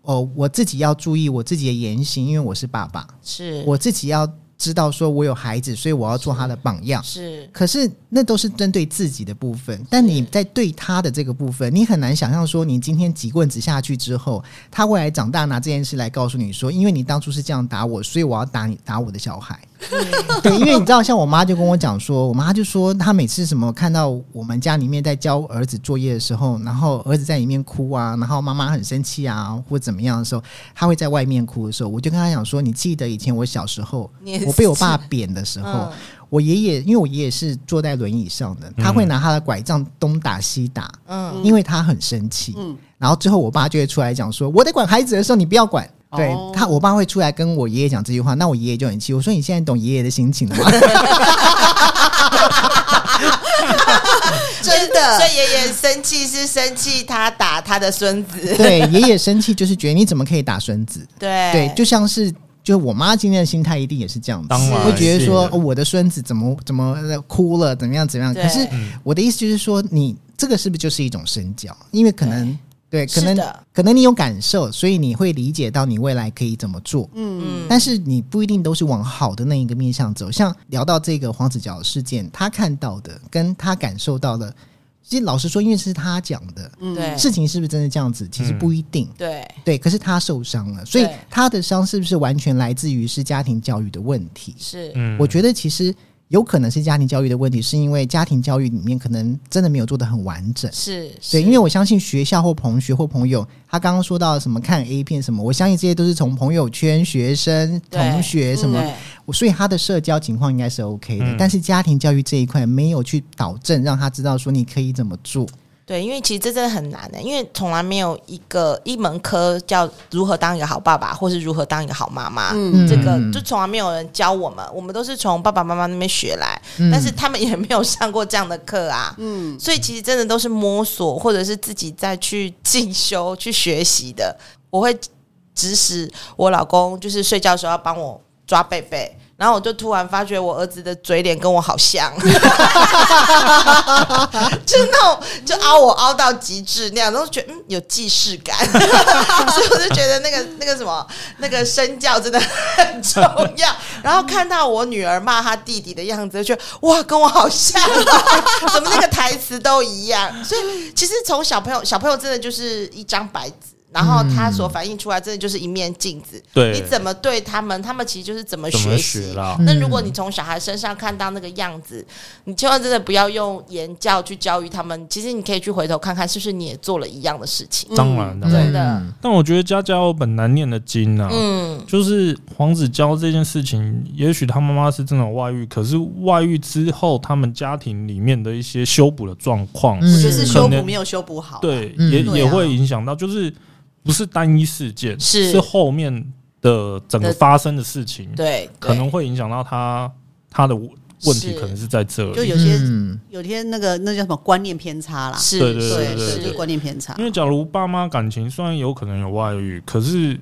哦，我自己要注意我自己的言行，因为我是爸爸，是我自己要知道说我有孩子，所以我要做他的榜样。是可是那都是针对自己的部分，但你在对他的这个部分，你很难想象说，你今天几棍子下去之后，他未来长大拿这件事来告诉你说，因为你当初是这样打我，所以我要打你打我的小 孩。对，因为你知道，像我妈就跟我讲说，我妈就说她每次什么看到我们家里面在教儿子作业的时候，然后儿子在里面哭啊，然后妈妈很生气啊，或怎么样的时候，她会在外面哭的时候，我就跟她讲说，你记得以前我小时候你也，是我被我爸扁的时候。嗯我爷爷，因为我爷爷是坐在轮椅上的，他会拿他的拐杖东打西打，嗯因为他很生气。然后之后我爸就会出来讲说：“我在管孩子的时候，你不要管。”对哦他，我爸会出来跟我爷爷讲这句话，那我爷爷就很气。我说：“你现在懂爷爷的心情了吗？”真的所以爷爷生气是生气他打他的孙 子，对，爷爷生气就是觉得你怎么可以打孙子？对对，就像是就我妈今天的心态一定也是这样子，当然会觉得说、是哦我的孙子怎么怎么呃哭了，怎么样怎么样。对可是嗯我的意思就是说，你这个是不是就是一种身教？因为可能对，可是能的可能你有感受，所以你会理解到你未来可以怎么做。嗯，但是你不一定都是往好的那一个面向走。像聊到这个黄子佼事件，他看到的跟他感受到的，其实老实说，因为是他讲的。对事情是不是真的这样子？其嗯实不一定。嗯对对，可是他受伤了，所以对他的伤是不是完全来自于是家庭教育的问题？是嗯我觉得其实有可能是家庭教育的问题，是因为家庭教育里面可能真的没有做的很完整。是，对，是因为我相信学校或同学或朋友，他刚刚说到什么看 A 片什么，我相信这些都是从朋友圈、学生、对同学什嗯么，对啊我所以他的社交情况应该是 OK 的。嗯但是家庭教育这一块没有去导正，让他知道说你可以怎么做。对，因为其实这真的很难的、因为从来没有一个一门科叫如何当一个好爸爸，或是如何当一个好妈妈。嗯这个就从来没有人教我们，我们都是从爸爸妈妈那边学来，嗯但是他们也没有上过这样的课啊。嗯，所以其实真的都是摸索，或者是自己再去进修、去学习的。我会指使我老公，就是睡觉的时候要帮我抓贝贝，然后我就突然发觉我儿子的嘴脸跟我好像，就是那种就凹我凹到极致那样，然后觉得嗯有既视感， 所以我就觉得那个那个什么那个身教真的很重要。然后看到我女儿骂她弟弟的样子，就觉得哇跟我好像哦、怎么那个台词都一样？所以其实从小朋友小朋友真的就是一张白纸。然后他所反映出来，真的就是一面镜子。嗯对你怎么对他们，他们其实就是怎么怎么学学习。啦？那如果你从小孩身上看到那个样子，你千万真的不要用言教去教育他们。其实你可以去回头看看，是不是你也做了一样的事情。当然，当然。真的嗯但我觉得家家有本难念的经啊。嗯，就是黄子佼这件事情，也许他妈妈是真的有外遇，可是外遇之后，他们家庭里面的一些修补的状况，嗯就是修可补能没有修补好，，对，嗯也对啊也会影响到，就是不是单一事件，是是后面的整个的发生的事情，对，可对能会影响到他他的问题，是可能是在这就里。有些嗯有些那个那叫什么观念偏差啦，是，对对对对对，是就观念偏差因，为假如爸妈感情虽然有可能有外遇，可是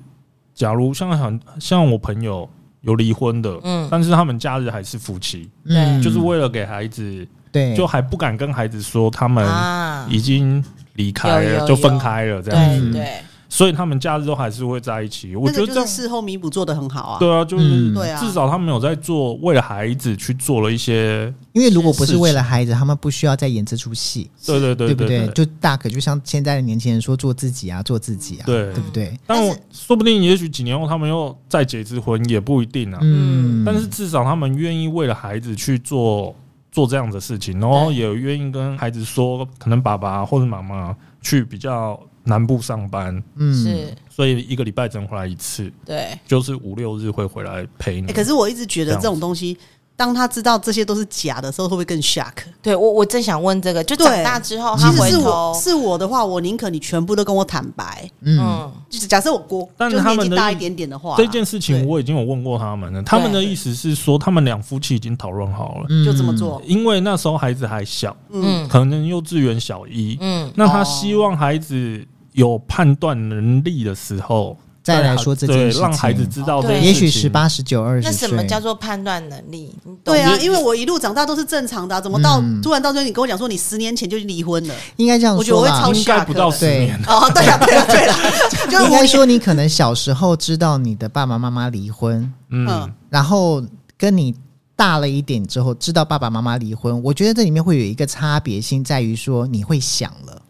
假如像很像我朋友有离婚的，嗯但是他们假日还是夫妻，嗯，就是为了给孩子，对，就还不敢跟孩子说他们啊，已经离开有有了，有就分开了这样对子，对，所以他们假日都还是会在一起。我那觉个得这就样是事后弥补做的很好啊，对啊，就是嗯对啊至少他们有在做为了孩子去做了一些，因为如果不是为了孩子，他们不需要再演这出戏，对对对对不对对？就大可就像现在的年轻人说做自己啊，做自己啊，对对不对？但我说不定，也许几年后他们又再结一次婚，也不一定啊。嗯，但是至少他们愿意为了孩子去做做这样的事情，然后也愿意跟孩子说，可能爸爸或者妈妈去比较南部上班，嗯，是，所以一个礼拜只能回来一次，对，就是五六日会回来陪你。哎哎欸可是我一直觉得这种东西当他知道这些都是假的时候，会不会更 shock？对我我正想问这个，就对长大之后其他实回是我头，是我的话，我宁可你全部都跟我坦白。嗯，嗯就是假设我国，但就是他们年纪的大意一点点的话啦，这件事情对我已经有问过他们了，他们的意思是说，他们两夫妻已经讨论好了，嗯就这么做。因为那时候孩子还小，嗯，嗯可能幼稚园小一，嗯，那他哦希望孩子有判断能力的时候，再来说这件对事情哦让孩子知道这对件事情，也许十八、十九、二十那岁，什么叫做判断能力？你懂对啊，吗因为我一路长大都是正常的啊、怎么到、嗯突然到最后你跟我讲说你十年前就 离婚了？应该这样我觉得我说会啦超。应该不到十对年，哦，对啊，对啊，对啊，就 是应我该也说你可能小时候知道你的爸爸妈妈离婚，嗯嗯。然后跟你大了一点之后知道爸爸妈妈离婚，我觉得这里面会有一个差别性，在于说你会想了，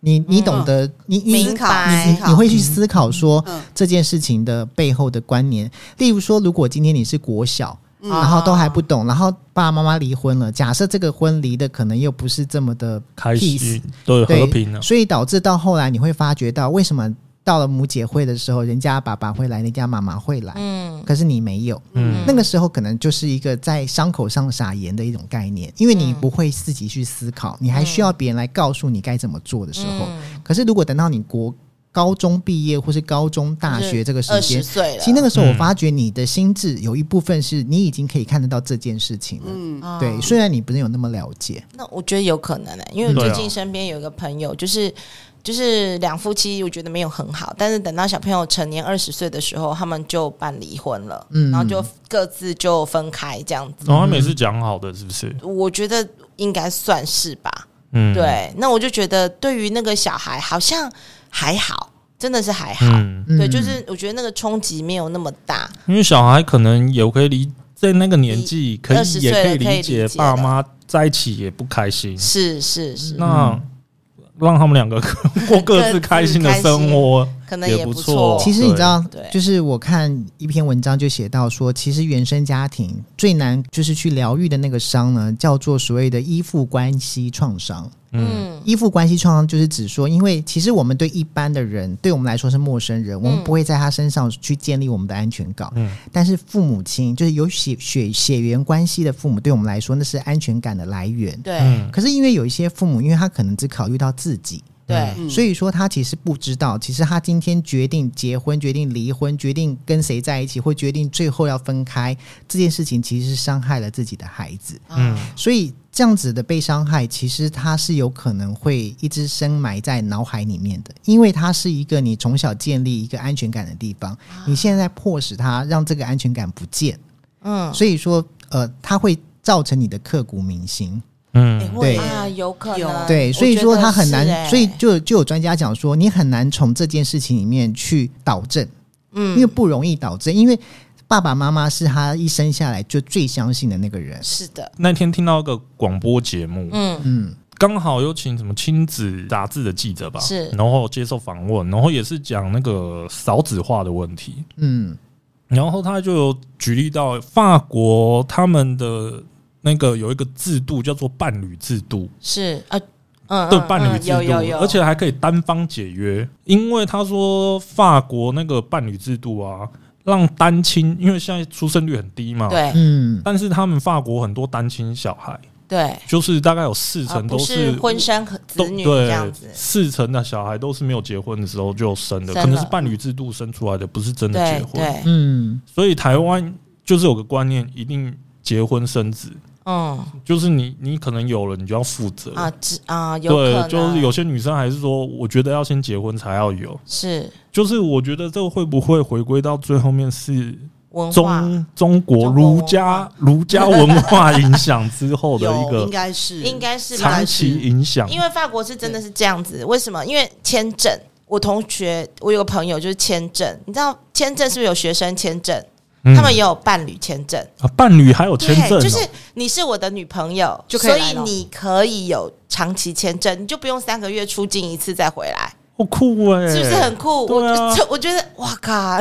你你懂得、你你明白你你会去思考说嗯这件事情的背后的关联。例如说，如果今天你是国小。嗯嗯然后都还不懂，然后爸爸妈妈离婚了。假设这个婚离的可能又不是这么的开 peace，心，对对和平了。所以导致到后来你会发觉到，为什么到了母姐会的时候，人家爸爸会来，人家妈妈会来，嗯可是你没有。嗯那个时候可能就是一个在伤口上撒盐的一种概念，因为你不会自己去思考，你还需要别人来告诉你该怎么做的时候。嗯可是如果等到你国高中毕业或是高中、大学这个时二间十，岁了，其实那个时候我嗯发觉你的心智有一部分是你已经可以看得到这件事情了。嗯，哦对，虽然你不是有那么了解，那我觉得有可能的、欸因为对啊最近身边有一个朋友，就是就是两夫妻，我觉得没有很好，但是等到小朋友成年二十岁的时候，他们就办离婚了，嗯然后就各自就分开这样子。然后哦他们也是讲好的，是不是？我觉得应该算是吧。嗯，，对，那我就觉得对于那个小孩好像还好，真的是还好。嗯，对，嗯就是我觉得那个冲击没有那么大。因为小孩可能也可以理，在那个年纪可以20也岁可以了可以理理解解爸了妈在一起也不开心，是是是，那让他们两个 过各自开心的生活，可能也也不不错错。其实你知道对，就是我看一篇文章就写到说，其实原生家庭最难就是去疗愈的那个伤呢，叫做所谓的依附关系创伤。嗯，嗯依附关系创伤就是指说，因为其实我们对一般的人，对我们来说是陌生人，我们不会在他身上去建立我们的安全感。嗯但是父母亲就是有血血血缘关系的父母，对我们来说那是安全感的来源。对、嗯可是因为有一些父母，因为他可能只考虑到自己，对，嗯所以说他其实不知道，其实他今天决定结婚、决定离婚、决定跟谁在一起，或决定最后要分开这件事情，其实是伤害了自己的孩子。嗯所以这样子的被伤害，其实它是有可能会一直深埋在脑海里面的，因为它是一个你从小建立一个安全感的地方，你现在迫使他让这个安全感不见，嗯，所以说呃，它会造成你的刻骨铭心。嗯，对啊，有可有能，对，我所以觉说得他很是难，欸所以就就有专家讲说，你很难从这件事情里面去导正，嗯因为不容易导正，因为爸爸妈妈是他一生下来就最相信的那个人，是的，那天听到一个广播节目，嗯嗯刚好有请什么亲子杂志的记者吧，是然后接受访问，然后也是讲那个少子化的问题，嗯然后他就有举例到法国他们的那个有一个制度叫做伴侣制度，是啊，嗯，对嗯伴侣嗯制有有度，有，而且还可以单方解约，因为他说法国那个伴侣制度啊，让单亲，因为现在出生率很低嘛，，对嗯，但是他们法国很多单亲小孩，对，就是大概有四啊成不都是婚生和都子女这对样子，四成的小孩都是没有结婚的时候就生的，生可能是了伴侣制度生出来的，不是真的结对婚。对，嗯，所以台湾就是有个观念，一定结婚生子，嗯就是你你可能有了，你就要负责。啊，只啊，有可对，能就是有些女生还是说，我觉得要先结婚才要有。是就是我觉得这个会不会回归到最后面是文化中中国中国文儒家儒家文化影响之后的一 有应个该是应该是吧长？期影响？因为法国是真的是这样子，为什么？因为签证，我同学我有个朋友就是签证，你知道签证是不是有学生签证？嗯他们也有伴侣签证，啊伴侣还有签对，证哦，就是你是我的女朋友，就可所以来以了你可以有长期签证，你就不用三个月出境一次再回来，好酷哎，是不是很酷？对啊 我就我觉得哇靠，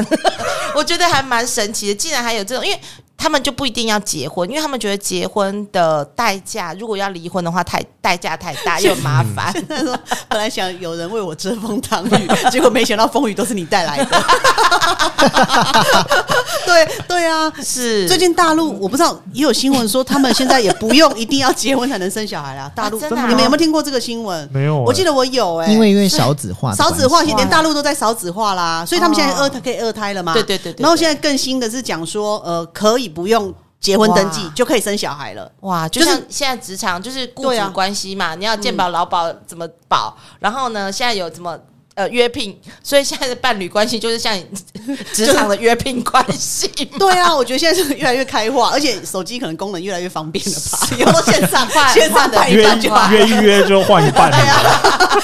我觉得还蛮神奇的，竟然还有这种，因为他们就不一定要结婚，因为他们觉得结婚的代价，如果要离婚的话，太代价太大又很麻烦。他说 本来想有人为我遮风挡雨，结果没想到风雨都是你带来 的。 对对啊， 是最近大陆我不知道也有新闻说，他们现在也不用一定要结婚才能生小孩啦。大陆、真的啊你们有没有听过这个新闻？没有欸我记得我有哎、因为因为少子化的少关系，子化，现在连大陆都在少子化啦，所以他们现在二胎可以二胎了嘛？对对对对对然后现在更新的是讲说，呃，可以不用结婚登记哇就可以生小孩了。哇，就就是像现在职场就是雇对啊嗯主关系嘛，你要健保、劳保怎么保？然后呢，现在有怎么呃约聘，所以现在的伴侣关系就是像你 职场的约聘关系嘛。对啊，我觉得现在是越来越开化，而且手机可能功能越来越方便了吧？以后线上换线上的换一约半就好约一约就换一半， 啊啊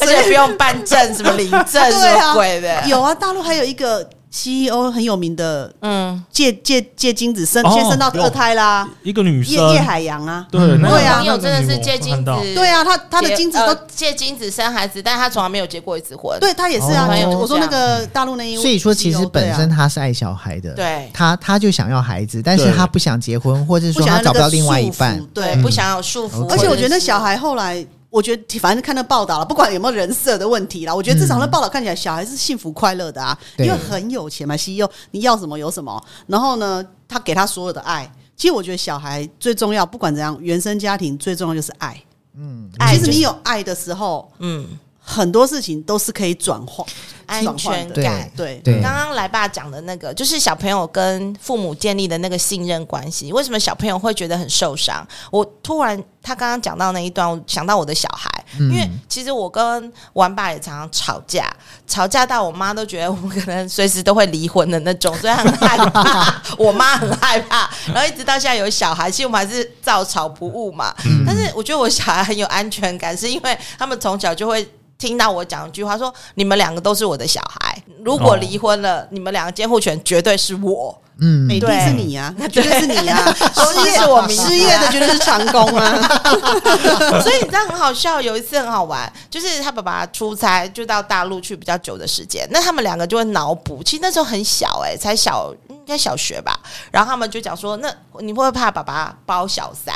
而且不用办证，什么领证，什 对么啊，鬼的。有啊，大陆还有一个 CEO 很有名的嗯，借借借精子生，哦先生到二胎啦，一个女叶生叶，海洋啊，对那个对啊朋友真的是借那个精女我看到子，对啊，他他的结精子都呃借精子生孩子，但他从来没有结过一次婚。对他也是啊哦，就我说那个大陆那一位 CEO，所以说，其实本身对啊他是爱小孩的，对他他就想要孩子，但是对他不想结婚，或者是不说想他要找不到另外一那半个束缚，对，对，不想要有束缚。嗯而且我或者觉得那是小孩后来。我觉得反正看那报道了，不管有没有人设的问题啦，我觉得至少那报道看起来小孩是幸福快乐的啊，因嗯对为很有钱嘛，CEO 你要什么有什么，然后呢，他给他所有的爱。其实我觉得小孩最重要，不管怎样，原生家庭最重要就是爱。爱嗯其就实是你有爱的时候，嗯很多事情都是可以转化安转换全的。感。对对刚刚来爸讲的那个，就是小朋友跟父母建立的那个信任关系，为什么小朋友会觉得很受伤？我突然他刚刚讲到那一段，我想到我的小孩，因为其实我跟玩爸也常常吵架，吵架到我妈都觉得我可能随时都会离婚的那种，所以她很害怕，我妈很害怕，然后一直到现在有小孩，其实我们还是照吵不误嘛。但是我觉得我小孩很有安全感，是因为他们从小就会。听到我讲一句话说，你们两个都是我的小孩，如果哦离婚了，你们两个监护权绝对是我。嗯，每天是你啊，绝对是你 啊， 都失业是我名字啊失业的绝对是长工 啊，所以你知道很好笑，有一次很好玩，就是他爸爸出差就到大陆去比较久的时间，那他们两个就会脑补，其实那时候很小哎、才小应该小学吧，然后他们就讲说，那你会不会怕爸爸包小三？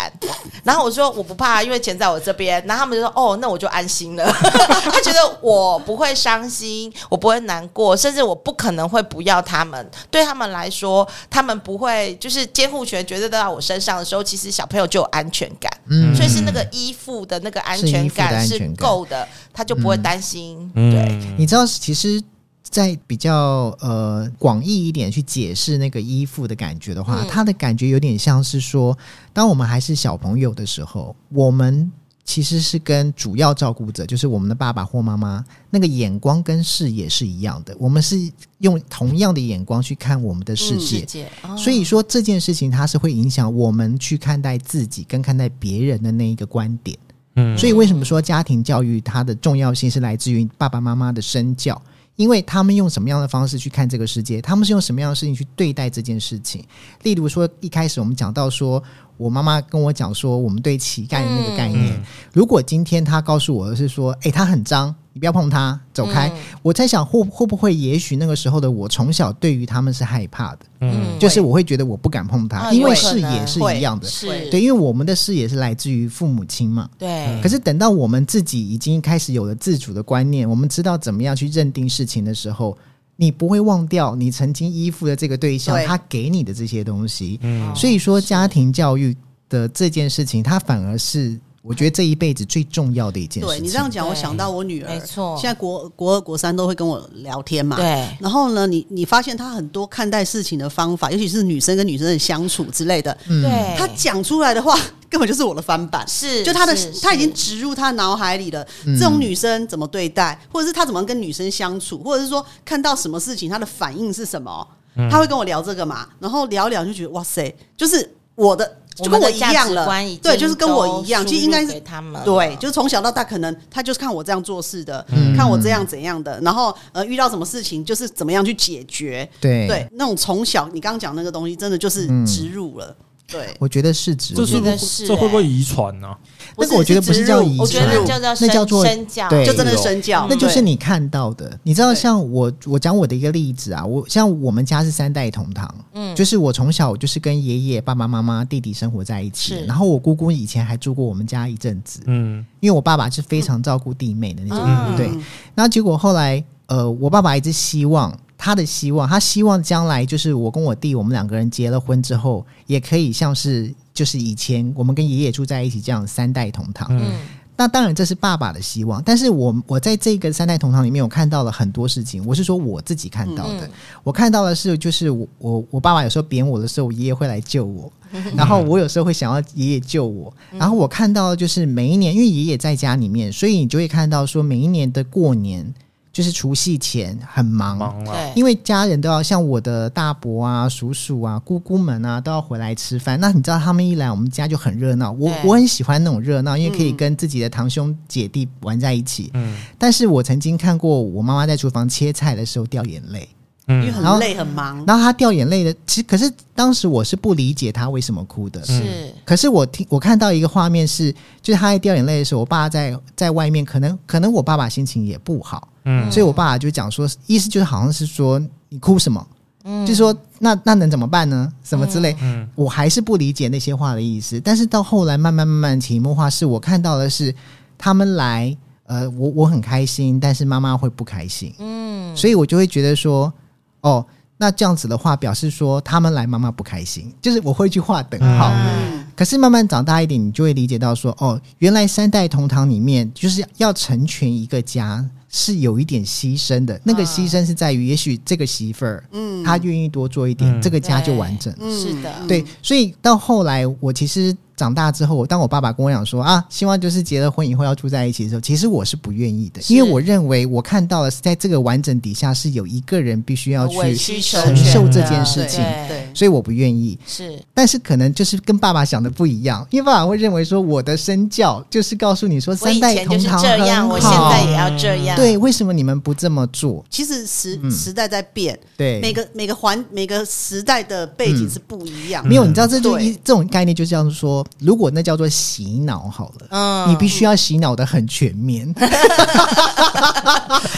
然后我说我不怕，因为钱在我这边。然后他们就说哦，那我就安心了。 他觉得我不会伤心，我不会难过，甚至我不可能会不要他们。对他们来说，他们不会就是监护权绝对都到我身上的时候，其实小朋友就有安全感。嗯所以是那个依附的那个安是全依附的感安是全感够的，他就不会担心。对，嗯，你知道，其实，在比较呃广义一点去解释那个依附的感觉的话，嗯它的感觉有点像是说，当我们还是小朋友的时候，我们其实是跟主要照顾者，就是我们的爸爸或妈妈，那个眼光跟视野是一样的，我们是用同样的眼光去看我们的嗯世界。界，所以说这件事情，它是会影响我们去看待自己跟看待别人的那一个观点。嗯所以为什么说家庭教育它的重要性是来自于爸爸妈妈的身教？因为他们用什么样的方式去看这个世界，他们是用什么样的事情去对待这件事情。例如说，一开始我们讲到说，我妈妈跟我讲说，我们对乞丐的那个概念，嗯如果今天她告诉我的是说，诶，他很脏，你不要碰他，走开，我在想会会不会，也许那个时候的我从小对于他们是害怕的，嗯嗯就是我会觉得我不敢碰他，啊因为有可视能野是会一样的，是对，因为我们的视野是来自于父母亲嘛。对可是等到我们自己已经开始有了自主的观念，我们知道怎么样去认定事情的时候，你不会忘掉你曾经依附的这个对象对他给你的这些东西。嗯所以说，家庭教育的这件事情，它反而是我觉得这一辈子最重要的一件事情。对你这样讲，对我想到我女儿，没错现在国国二、国三都会跟我聊天嘛。对，然后呢，你你发现她很多看待事情的方法，尤其是女生跟女生的相处之类的，嗯对，她讲出来的话根本就是我的翻版。是就她的是，她已经是植入她脑海里了。嗯这种女生怎么对待，或者是她怎么跟女生相处，或者是说看到什么事情她的反应是什么，嗯她会跟我聊这个嘛，然后聊一聊就觉得哇塞，就是我的就跟我一样了我们的价值观已，经对，就是跟我一样，都其实应该输入是给他啊们了对，就是从小到大，可能她就是看我这样做事的，嗯看我这样怎样的，然后呃遇到什么事情就是怎么样去解决，对嗯对，那种从小你刚刚讲那个东西，真的就是植入了，对，我觉得是植这入是觉不得是是这会不会遗传啊呢？那个我觉得不是植叫入遗我觉得传那叫做那叫做身教，对就真的是身教，那就是对你看到的。你知道，对像我，我讲我的一个例子啊，我像我们家是三代同堂，嗯，就是我从小就是跟爷爷、爸爸妈妈、弟弟生活在一起是，然后我姑姑以前还住过我们家一阵子，嗯，因为我爸爸是非常照顾弟妹的那种，嗯对。那结果后来，呃，我爸爸一直希望他的希望，他希望将来就是我跟我弟，我们两个人结了婚之后，也可以像是就是以前我们跟爷爷住在一起这样三代同堂。嗯嗯，那当然这是爸爸的希望，但是我我在这个三代同堂里面，我看到了很多事情。我是说我自己看到的，嗯我看到的是就是我我我爸爸有时候扁我的时候，我爷爷会来救我，然后我有时候会想要爷爷救我，然后我看到的就是每一年，因为爷爷在家里面，所以你就会看到说每一年的过年就是除夕前很忙，嗯忙了，对，因为家人都要像我的大伯啊、叔叔啊、姑姑们啊，都要回来吃饭。那你知道他们一来，我们家就很热闹。我对我很喜欢那种热闹，因为可以跟自己的堂兄姐弟玩在一起。嗯但是我曾经看过我妈妈在厨房切菜的时候掉眼泪，因为嗯，然后很累很忙，然后她掉眼泪的，其实可是当时我是不理解她为什么哭的。是可是我听我看到一个画面是，就是她在掉眼泪的时候，我爸在在外面，可能可能我爸爸心情也不好，嗯所以我爸就讲说，意思就是好像是说你哭什么，嗯就说那那能怎么办呢？什么之类，嗯我还是不理解那些话的意思。但是到后来慢慢慢慢潜移默化，是我看到的是他们来，呃，我我很开心，但是妈妈会不开心，嗯，所以我就会觉得说，哦。那这样子的话，表示说他们来妈妈不开心，就是我会去画等号。嗯，可是慢慢长大一点，你就会理解到说，哦，原来三代同堂里面，就是要成全一个家是有一点牺牲的。那个牺牲是在于，也许这个媳妇儿，嗯，她愿意多做一点，嗯这个家就完整。嗯是的，对，所以到后来，我其实长大之后，当我爸爸跟我讲说啊，希望就是结了婚以后要住在一起的时候，其实我是不愿意的，是因为我认为我看到了是在这个完整底下是有一个人必须要委去，曲承受受全这的件事情对对，所以我不愿意。是但是可能就是跟爸爸想的不一样，因为爸爸会认为说我的身教就是告诉你说我三以代前就同是堂这样，很我现好在也要这样，对，为什么你们不这么做？其实时嗯时代在变，对，每个每个环每个时代的背景嗯是不一样的，没有，你知道这就对嗯一这种概念就叫做说，如果那叫做洗脑好了。嗯，你必须要洗脑的很全 面，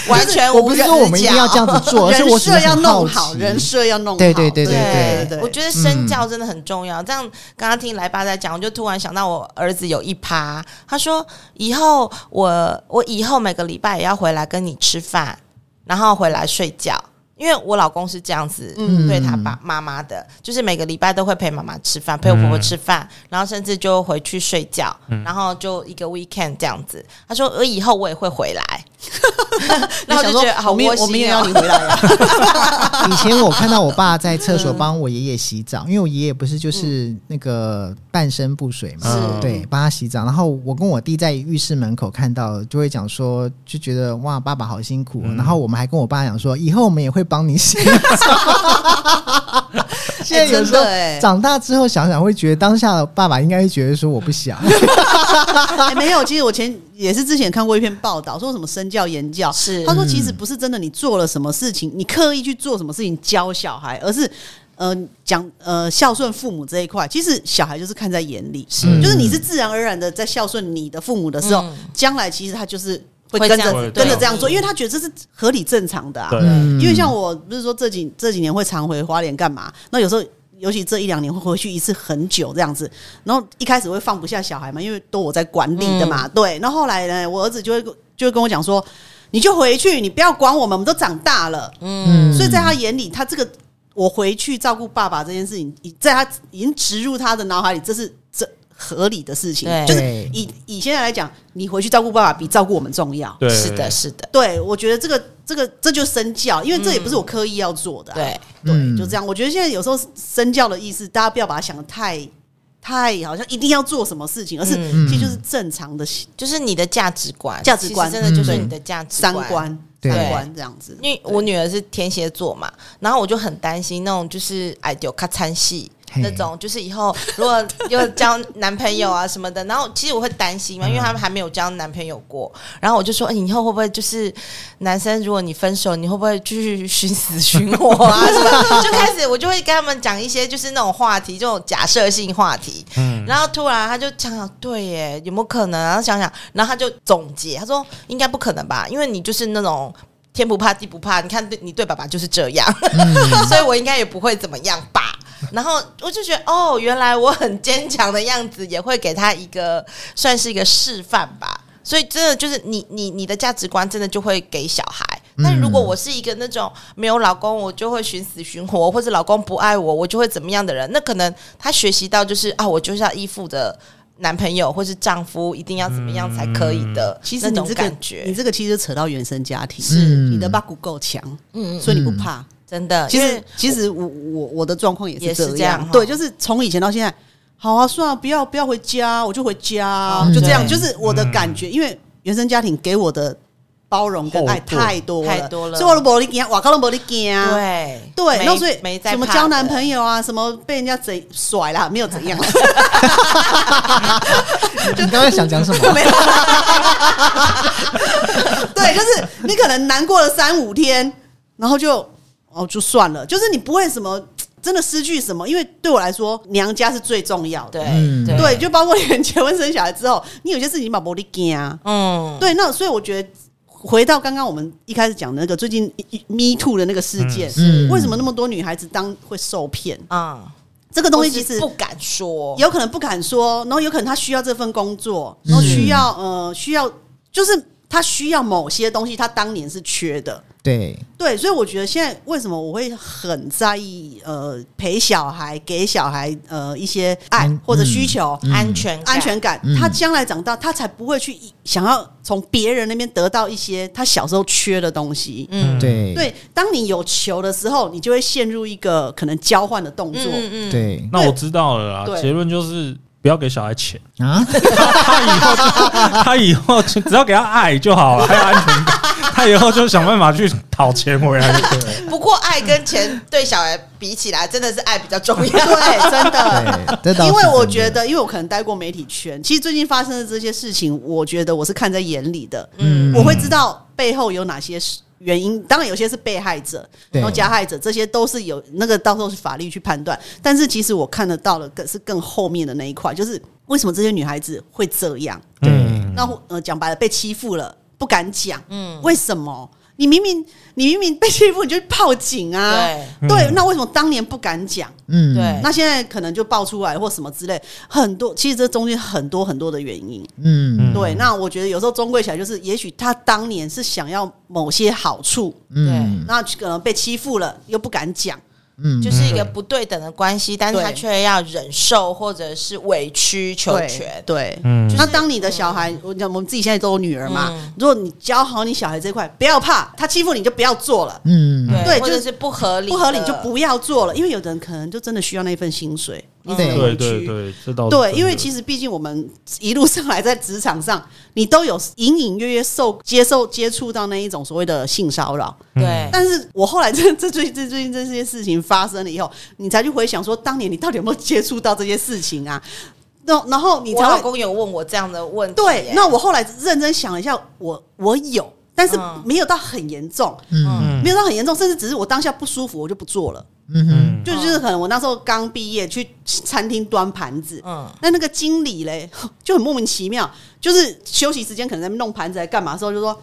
完全我无不是人说我们一定要这样 子做，而是我人只是设要很弄好好，奇人设要弄好，对对对对对对嗯我觉得身教真的很重要。这样刚刚听来爸在讲，我就突然想到我儿子有一趴，他说以后我我以后每个礼拜也要回来跟你吃饭，然后回来睡觉。因为我老公是这样子嗯对他爸妈妈的，就是每个礼拜都会陪妈妈吃饭，陪我婆婆吃饭，然后甚至就回去睡觉，嗯然后就一个 weekend 这样子。他说我以后我也会回 来，然后我想就说觉得好我们也窝心、哦我们也要你回来啊，以前我看到我爸在厕嗯所帮我爷爷洗澡，因为我爷爷不是就是那个半身不遂嘛，是对，帮他洗澡。然后我跟我弟在浴室门口看到，就会讲说，就觉得哇，爸爸好辛苦哦、然后我们还跟我爸讲说，以后我们也会帮你洗澡。 哎现在有时候真的欸长大之后想想，会觉得当下的爸爸应该会觉得说我不想， 哎没有，其实我前也是之前看过一篇报道，说什么身教言教，是他说其实不是真的你做了什么事情，你刻意去做什么事情教小孩，而是。呃，讲呃孝顺父母这一块，其实小孩就是看在眼里，是就是你是自然而然的在孝顺你的父母的时嗯候，将来其实他就是会会跟这着样子跟着对这样做，因为他觉得这是合理正常的啊。对，嗯因为像我不是说这几这几年会常回花莲干嘛？那有时候尤其这一两年会回去一次很久这样子，然后一开始会放不下小孩嘛，因为都我在管理的嘛，嗯对。然后后来呢，我儿子就会就会跟我讲说，你就回去，你不要管我们，我们都长大了。嗯所以在他眼里，他这个我回去照顾爸爸这件事情，已在他已经植入他的脑海里，这是这合理的事情对，就是以以现在来讲，你回去照顾爸爸比照顾我们重要。对，嗯是的，是的，对，我觉得这个这个这就是身教，因为这也不是我刻意要做的啊、对。嗯对嗯就这样。我觉得现在有时候身教的意思，大家不要把它想的太太好像一定要做什么事情，而是、嗯其实就是正常的习就是你的价值观，价值观其实真的就是你的价值三观。观对三观这样子。因为我女儿是天蝎座嘛，然后我就很担心那种就是哎有咔餐戏，嘿那种就是以后如果又交男朋友啊什么的，然后其实我会担心嘛，因为他们还没有交男朋友过，然后我就说，哎你以后会不会就是男生，如果你分手，你会不会继续寻死寻活啊什么？就开始我就会跟他们讲一些就是那种话题，这种假设性话题，嗯，然后突然他就想想，对耶，有没有可能？然后想想，然后他就总结，他说应该不可能吧，因为你就是那种天不怕地不怕，你看对你对爸爸就是这样， 所以我应该也不会怎么样吧。然后我就觉得，哦，原来我很坚强的样子也会给他一个算是一个示范吧。所以真的就是你你你的价值观真的就会给小孩。但如果我是一个那种没有老公，我就会寻死寻活，或者老公不爱我，我就会怎么样的人？那可能他学习到就是啊，我就是要依附的男朋友或是丈夫，一定要怎么样才可以的、其实那你种这个感，觉，嗯你这个其实扯到原生家庭，嗯你的 bug 够强，嗯，所以你不怕。真的，其呃因实为其实我我我的状况也也是是这这样哈对，就是从以前到现在，好啊，算了，不要不要回家，我就回家，哦嗯就这样，对就是我的感觉，因为原生家庭给我的包容跟爱厚度太多了，太多了所以我都没得惊，我都没得惊，对啊对，然后所以没在什么怕交的男朋友啊，什么被人家怎甩啦，没有怎样 啦，你刚刚想讲什 么？对，就是你可能难过了三五天，然后就哦就算了，就是你不会什么真的失去什么，因为对我来说娘家是最重要的。对、嗯对对，就包括你们结婚生小孩之后，你有些事情把玻璃惊啊。嗯，对，那所以我觉得回到刚刚我们一开始讲的那个最近 Me Too 的那个事件，嗯是为什么那么多女孩子当会受骗？嗯啊、这个东西其或是实不敢说，有可能不敢说，然后有可能她需要这份工作，然后需要呃需要就是她需要某些东西，她当年是缺的。对，对，所以我觉得现在为什么我会很在意呃陪小孩给小孩呃一些爱嗯或者嗯需求，嗯安全感安全感嗯，他将来长大，他才不会去想要从别人那边得到一些他小时候缺的东西。嗯，对，对，当你有求的时候，你就会陷入一个可能交换的动作。嗯嗯嗯，对那我知道了啦，对结论就是不要给小孩钱， 啊，他以后就他以后就只要给他爱就好了，还有安全感，他以后就想办法去讨钱回来就对了。嗯不过爱跟钱对小孩比起来，真的是爱比较重要。 对，真 的。对，这倒是因为我真的觉，得，因为我可能待过媒体圈，其实最近发生的这些事情，我觉得我是看在眼里的。嗯我会知道背后有哪些是原因。当然，有些是被害者，对然后加害者，这些都是有那个到时候是法律去判断。但是其实我看得到的更是更后面的那一块，就是为什么这些女孩子会这样？对嗯那我呃，讲白了，被欺负了不敢讲，嗯，为什么？你明明你明明被欺负，你就去报警啊，对对，对嗯，那为什么当年不敢讲？嗯，对那现在可能就爆出来或什么之类，很多其实这中间很多很多的原因。嗯对，那我觉得有时候中归起来就是，也许他当年是想要某些好处，嗯那可能被欺负了又不敢讲，嗯，就是一个不对等的关系，但是他对却要忍受或者是委曲求全。对。嗯那当你的小孩，我讲我们自己现在都有女儿嘛，嗯如果你教好你小孩这块，不要怕他欺负你就不要做了，嗯，对，对或就者是是不合理的，不合理就不要做了，因为有的人可能就真的需要那份薪水，你只能对委对屈。对，这倒是对，嗯哦真因为的其实毕竟我们一路上来在职场上，你都有隐隐约约受接受接触到那一种所谓的性骚扰。嗯对，但是我后来这这最这最近这些事情发生了以后，你才去回想说，当年你到底有没有接触到这些事情啊？那然后你我才老会公有问我这样的问题，对耶。那我后来认真想了一下，我我有，但是嗯没有到很严重，嗯嗯没有到很严重，甚至只是我当下不舒服，我就不做了。嗯就嗯就是可能我那时候刚毕业，去餐厅端盘子，嗯，那那个经理嘞 就很莫名其妙，就是休息时间可能在那边弄盘子来干嘛的时候就说。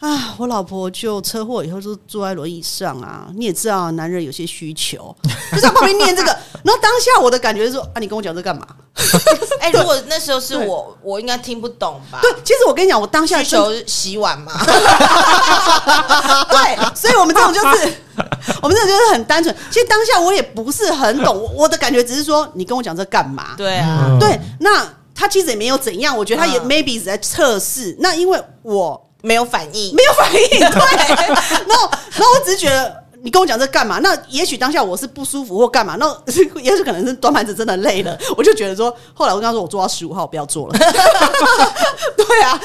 啊，我老婆就车祸以后就坐在轮椅上啊，你也知道、啊，男人有些需求， 就在旁边念这个。然后当下我的感觉是说，啊，你跟我讲这干嘛？哎，如果那时候是对我，我应该听不懂吧？对，其实我跟你讲，我当下啊需真的啊求洗碗 嘛，对，所以我们这种就是， 我们这种就是很单纯。其实当下我也不是很懂，我我的感觉只是说，你跟我讲这干嘛？对啊，嗯对，那他其实也没有怎样，我觉得他也嗯 maybe 只在测试。那因为我没有反应，没有反应，对。然后，然后我只是觉得你跟我讲这干嘛？那也许当下我是不舒服或干嘛，那 也许可能是端盘子真的累了，我就觉得说，后来我跟他说我做到十五号，我不要做了。 对啊，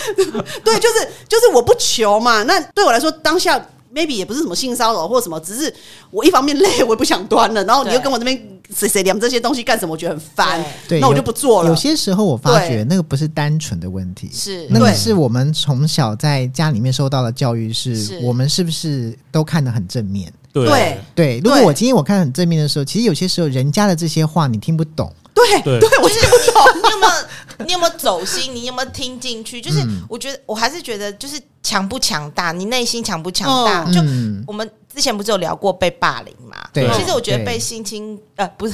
对，就是就是我不求嘛。那对我来说，当下 maybe 也不是什么性骚扰或什么，只是我一方面累，我也不想端了，然后你又对跟我这边谁谁聊这些东西干什么，我觉得很烦，对，那我有就不做有了。些时候我发觉对那个不是单纯的问题，是那个对是我们从小在家里面受到的教育是，是我们是不是都看得很正面？对对，如果对我今天我看得很正面的时候，其实有些时候人家的这些话你听不懂，对对对，我听不懂。你有没有？你有没有走心？你有没有听进去？就是嗯我觉得，我还是觉得，就是强不强大，你内心强不强大？嗯就嗯，我们之前不是有聊过被霸凌嘛？对其实我觉得对被性侵，呃，不是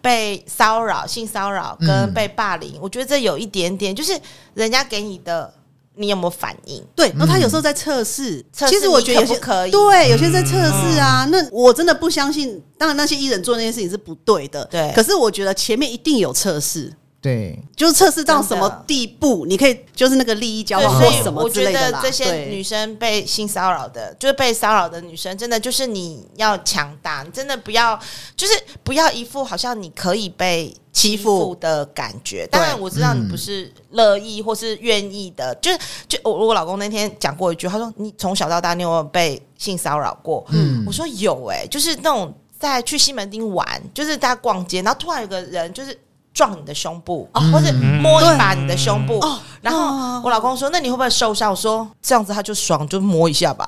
被骚扰、性骚扰嗯跟被霸凌，我觉得这有一点点，就是人家给你的，你有没有反应？对，然后他有时候在测试，嗯测试其实我觉得有些你可不可以对，有些在测试啊。那我真的不相信，当然那些艺人做那件事情是不对的，对可是我觉得前面一定有测试，对，就是测试到什么真的地步，你可以就是那个利益交对，换所或以什么我之觉类的得啦。这些对女生被性骚扰的，就是被骚扰的女生，真的就是你要强大，你真的不要，就是不要一副好像你可以被欺负的感觉。当然，我知道你不是乐意或是愿意的，就是就我我老公那天讲过一句，他说你从小到大你有没有被性骚扰过？嗯我说有哎、就是那种在去西门町玩，就是在逛街，然后突然有个人就是撞你的胸部，嗯或者摸一把你的胸部，然后我老公说：“那你会不会受伤？”我说：“这样子他就爽，就摸一下 吧。”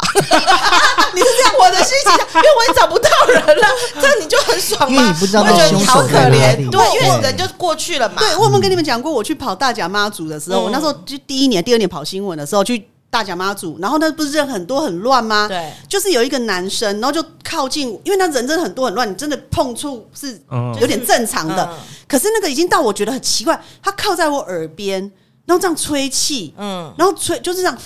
你是这样我的心情，因为我也找不到人了， 这样你就很爽因为吗你？不知道我觉那得凶你好手可在哪里怜，对，因为人就过去了嘛。对，我有没有跟你们讲过，我去跑大甲妈祖的时候，嗯我那时候就第一年、第二年跑新闻的时候去大甲妈祖，然后那不是人很多很乱吗？对，就是有一个男生，然后就靠近我，因为那人真的很多很乱，你真的碰触是嗯有点正常的，嗯可是那个已经到我觉得很奇怪，他靠在我耳边，然后这样吹气，嗯，然后吹就是这样。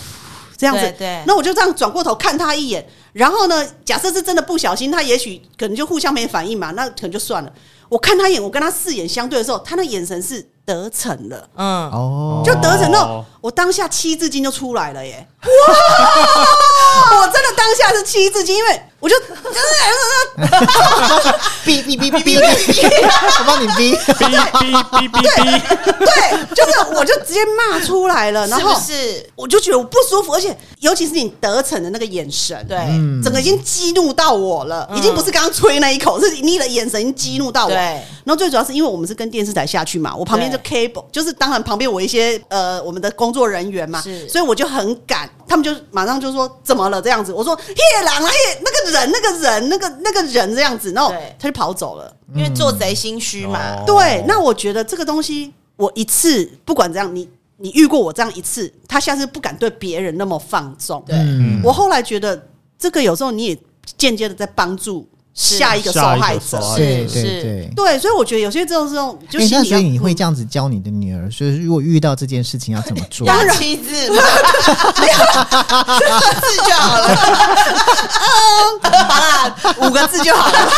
这样子，对对那我就这样转过头看他一眼，然后呢，假设是真的不小心，他也许可能就互相没反应嘛，那可能就算了。我看他一眼，我跟他四眼相对的时候，他那眼神是得逞了，嗯，哦，就得逞那种哦我当下七字经就出来了耶！哇，我真的当下是七字经，因为我就 就是哔哔哔哔 哔哔，我帮你哔，哔哔哔哔哔，对，就是我就直接骂出来了，然是后不是？我就觉得我不舒服，而且尤其是你得逞的那个眼神，对，嗯整个已经激怒到我了，嗯已经不是刚刚吹那一口，是你的眼神已经激怒到我。对然嗯后最主要是因为我们是跟电视台下去嘛，我旁边就 cable，就是当然旁边我一些呃我们的工作人员嘛，是所以我就很赶，他们就马上就说怎么了这样子，我说夜郎啊夜那个人那个人那个那个人这样子，然后对他就跑走了。因为做贼心虚嘛哦。对，那我觉得这个东西，我一次不管怎样，你你遇过我这样一次，他下次不敢对别人那么放纵。对嗯，我后来觉得，这个有时候你也间接的在帮助是下一个受下一个害受者。害者对对是对。对，所以我觉得有些这种这种，就诶哎心那里所要嗯以你会这样子教你的女儿，就是如果遇到这件事情要怎么做？当妻子嘛， 一字就好 了。嗯好啦，五个字就好了。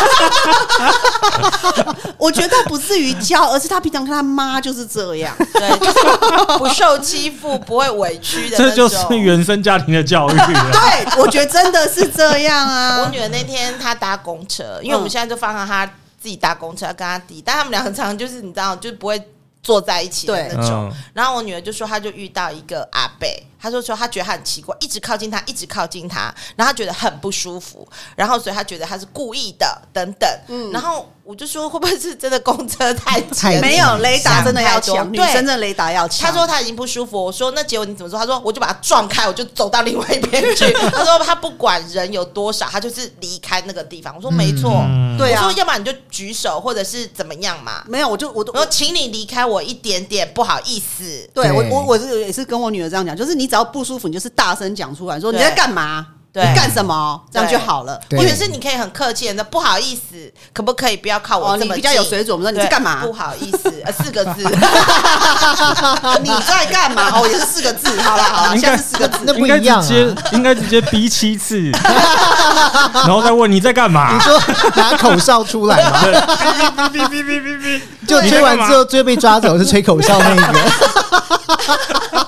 我觉得不至于教，而是他平常看他妈就是这样。对，就是不受欺负、 不会委屈的那 这种。就是原生家庭的教育啊。对，我觉得真的是这样我啊。女儿那天她搭公车，因为我嗯们现在就放她她自己搭公车跟她弟，但他们俩很常就是你知道，就是不会坐在一起的对那种。嗯然后我女儿就说，她就遇到一个阿贝，她就说她觉得她很奇怪，一直靠近她，一直靠近她，然后她觉得很不舒服，然后所以她觉得她是故意的等等。然后我就说会不会是真的公车太挤太了？挤 没有雷达真的要强，对女生真的雷达要强。他说他已经不舒服，我说那结果你怎么做？他说我就把他撞开，我就走到另外一边去。他说他不管人有多少，他就是离开那个地方。我说没错，嗯对啊我说要不然你就举手或者是怎么样嘛。没有，我就我都我说请你离开我一点点，不好意思。对我对我我是也是跟我女儿这样讲，就是你只要不舒服，你就是大声讲出来，说你对在干嘛，你对干什么，这样就好了。对或者是你可以很客气的，不好意思，可不可以不要靠我哦这么近、你比较有水准我们说你对在干嘛不好意思，呃，四个字。 啊你在干嘛？哦，也是四个字，好了好了，应该下次四个字。那不应该一直样啊！接应该直接逼七次，然后再问你在干嘛你？说拿口哨出来吗？对哔哔哔哔哔哔哔，就你吹在完干嘛之后，最后被抓走是吹口哨那一个。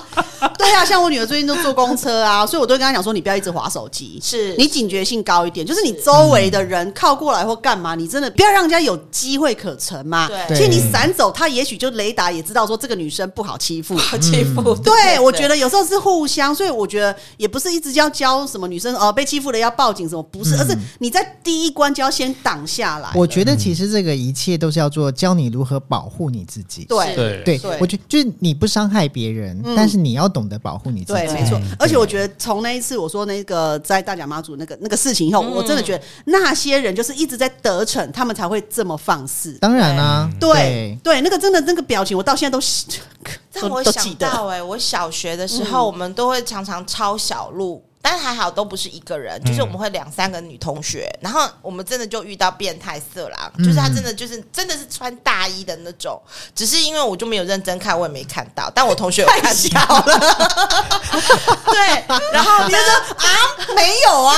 对啊，像我女儿最近都坐公车啊，所以我都会跟她讲说，你不要一直划手机，是你警觉性高一点，就是你周围的人靠过来或干嘛，你真的不要让人家有机会可乘嘛。对其实你闪走，他也许就雷达也知道说这个女生不 好欺负。好欺负。对，我觉得有时候是互相，所以我觉得也不是一直要教什么女生哦被欺负了要报警什么，不是，嗯而是你在第一关就要先挡下来。 我觉得其实这个一切都是要做，教你如何保护你自己。对对对对，我觉得就是你不伤害别人，嗯但是你要懂得保护你自己。对，没错对。而且我觉得从那一次我说那个在大甲妈祖那个那个事情以后，嗯我真的觉得那些人就是一直在得逞，他们才会这么放肆。当然啊啦，对对，那个真的那个表情，我到现在都 让都我都想记得。到哎、我小学的时候，我们都会常常抄小路，但还好都不是一个人，就是我们会两三个女同学，然后我们真的就遇到变态色狼，就是他真的就是真的是穿大衣的那种，只是因为我就没有认真看，我也没看到，但我同学有看到了， 对，然后呢， 没有啊，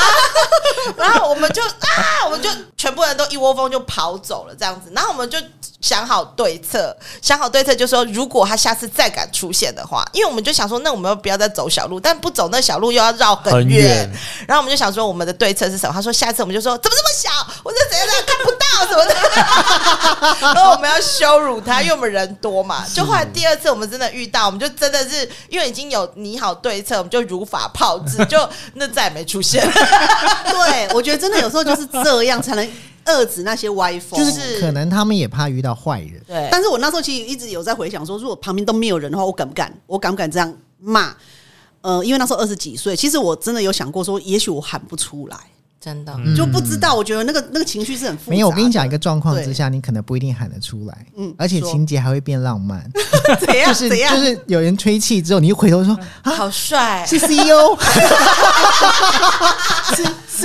然后我们就啊，我们就全部人都一窝蜂就跑走了这样子，然后我们就想好对策，想好对策就说，如果他下次再敢出现的话，因为我们就想说，那我们不要再走小路，但不走那小路又要绕很很远，远然后我们就想说，我们的对策是什么？他说下次我们就说怎么这么小，我这怎样怎样看不到什么的， 然后我们要羞辱他，因为我们人多嘛。就后来第二次我们真的遇到，我们就真的是因为已经有拟好对策，我们就如法炮制，就那再也没出现。 对，我觉得真的有时候就是这样才能遏止那些歪 风。就是可能他们也怕遇到坏人。对但是我那时候其实一直有在回想说，如果旁边都没有人的话，我敢不敢？我敢不敢这样骂？呃，因为那时候二十几岁，其实我真的有想过说，也许我喊不出来，真的， 嗯就不知道。我觉得那个那个情绪是很复杂。没有，我跟你讲一，个状况之下，你可能不一定喊得出来，嗯而且说情节还会变浪漫，怎样就是怎样，哎就是有人吹气之后，你一回头说啊，好帅，是 E CEO，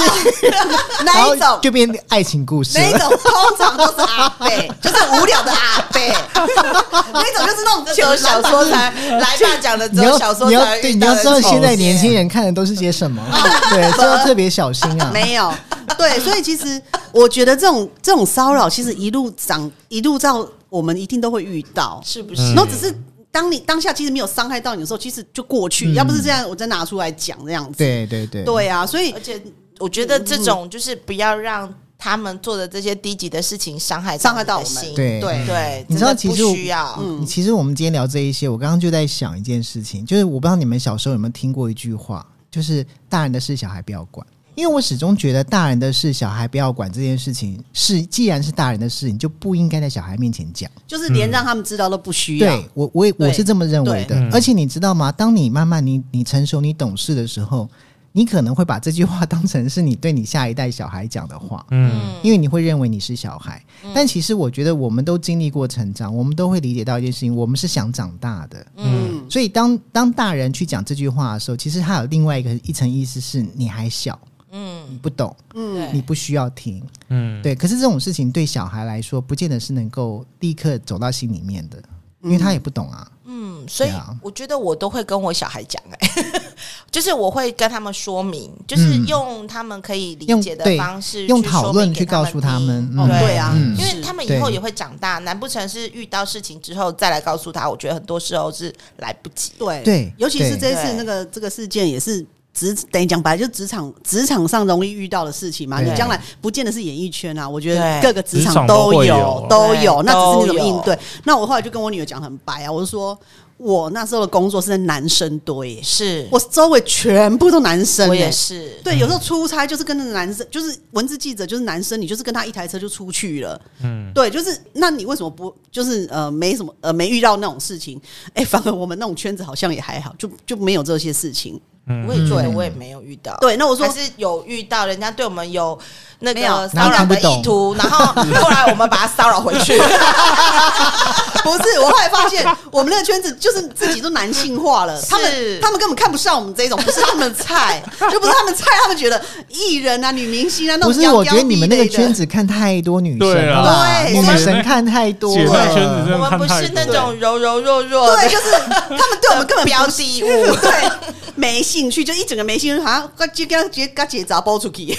然哪一后种就变爱情故事哪一了。种通常都是阿贝，就是无聊的阿贝，那种就是那种这种小说才来爸讲的，你只有要小说你要才对遇你到要的知道丑现在事年轻人看的都是些什 么，啊对，这要特别小心啊。没有，对，所以其实我觉得这种这种骚扰，其实一路长一路到我们一定都会遇到，是不是嗯然？后只是当你当下其实没有伤害到你的时候，其实就过去。嗯要不是这样，我再拿出来讲这样子。对对对，哦对啊，所以而且我觉得这种就是不要让他们做的这些低级的事情伤害伤害到你的我们心对嗯对对，你知道真的不其实我需要，嗯，其实我们今天聊这一些，我刚刚就在想一件事情，就是我不知道你们小时候有没有听过一句话，就是大人的事小孩不要管。因为我始终觉得大人的事小孩不要管这件事情是，既然是大人的事，你就不应该在小孩面前讲。就是连让他们知道都不需要。对我，我也对我是这么认为对的嗯。而且你知道吗？当你慢慢你你成熟你懂事的时候，你可能会把这句话当成是你对你下一代小孩讲的话。嗯，因为你会认为你是小孩，但其实我觉得我们都经历过成长，我们都会理解到一件事情，我们是想长大的。嗯，所以当当大人去讲这句话的时候，其实还有另外一个一层意思是，你还小，你嗯不懂，嗯你不需要听。嗯，对，可是这种事情对小孩来说，不见得是能够立刻走到心里面的，因为他也不懂啊。嗯，所以对啊我觉得我都会跟我小孩讲，哎， 就是我会跟他们说明，就是嗯用他们可以理用解的对方式，用讨论去告诉他们嗯对啊嗯因为是他们以对后也会长大，难不成是遇到事情之后再来告诉他？我觉得很多时候是来不及。对对尤其是这一次对那个这个事件也是。职等于讲白了，就职场职场上容易遇到的事情嘛。对你将来不见得是演艺圈啊，我觉得对各个职职场场都都会有有都对有，那只都是你怎么应有对。那我后来就跟我女儿讲得很白啊，我就说我那时候的工作是在男生堆，是我周围全部都男生、欸，我也是，对，有时候出差就是跟着男生，就是文字记者，就是男生，你就是跟他一台车就出去了。嗯，对，就是那你为什么不就是呃没什么呃没遇到那种事情？ 哎、反而我们那种圈子好像也还好，就就没有这些事情。 我也觉得嗯我也没有遇到。对那我说还是有遇到，人家对我们有那没有个骚扰的意 图，然后后来我们把他骚扰回 去。不是，我后来发现我们那个圈子就是自己都男性化了，他们他们根本看不上我们这一种，不是他们的菜，就不是他们菜，他们觉得艺人啊、女明星啊那不种是，妖我娇觉得你们那个滴滴的圈子看太多女生对啊了吧，对女所以神看太多姐妹了。圈子我真的们看不太是那多了。种柔柔弱弱对，的，就是他们对我们根本标不是的物 对，没兴趣，就一整个没兴趣，好像跟跟跟跟姐杂包出去。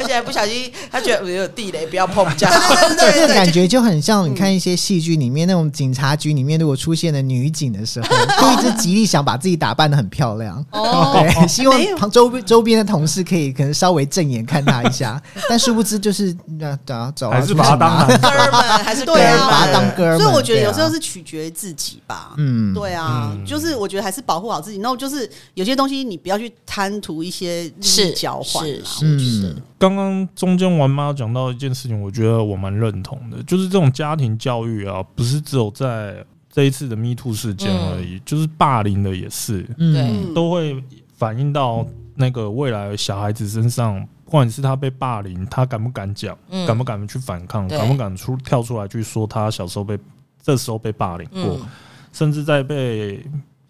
而且还不小心，他觉得呃有地雷，不要碰比较好。对对对这对个对， 感觉就很像你看一些戏剧里面那种警察局里面，如果出现了女警的时候，就一直极力想把自己打扮的很漂亮，哦，对，希没有望旁周边周边的同事可以可能稍微正眼看她一下，但殊不知就是那打走啊，还是把他当出去男拿的哥们还是对啊，把他当哥们所以我觉得对啊有时候是取决于自己吧。嗯，对啊，就是我觉得还是保护好自己。那我就是有些东西你不要去贪图一些利益是交换啊是啦。是是嗯， 刚刚中间玩妈讲到一件事情，我觉得我蛮认同的，就是这种家庭教育啊，不是只有在这一次的 Me Too 事件而已，就是霸凌的也是，嗯对嗯都会反映到那个未来小孩子身上，不管是他被霸凌，他敢不敢讲，嗯敢不敢去反抗，对敢不敢出跳出来去说他小时候被这时候被霸凌过，嗯甚至在被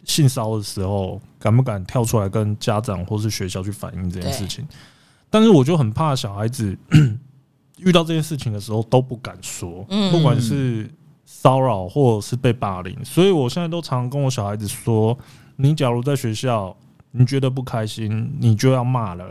性骚的时候，敢不敢跳出来跟家长或是学校去反映这件事情？但是我就很怕小孩子 遇到这件事情的时候都不敢说，嗯不管是骚扰或者是被霸凌，所以我现在都常跟我小孩子说：你假如在学校你觉得不开心，你就要骂人，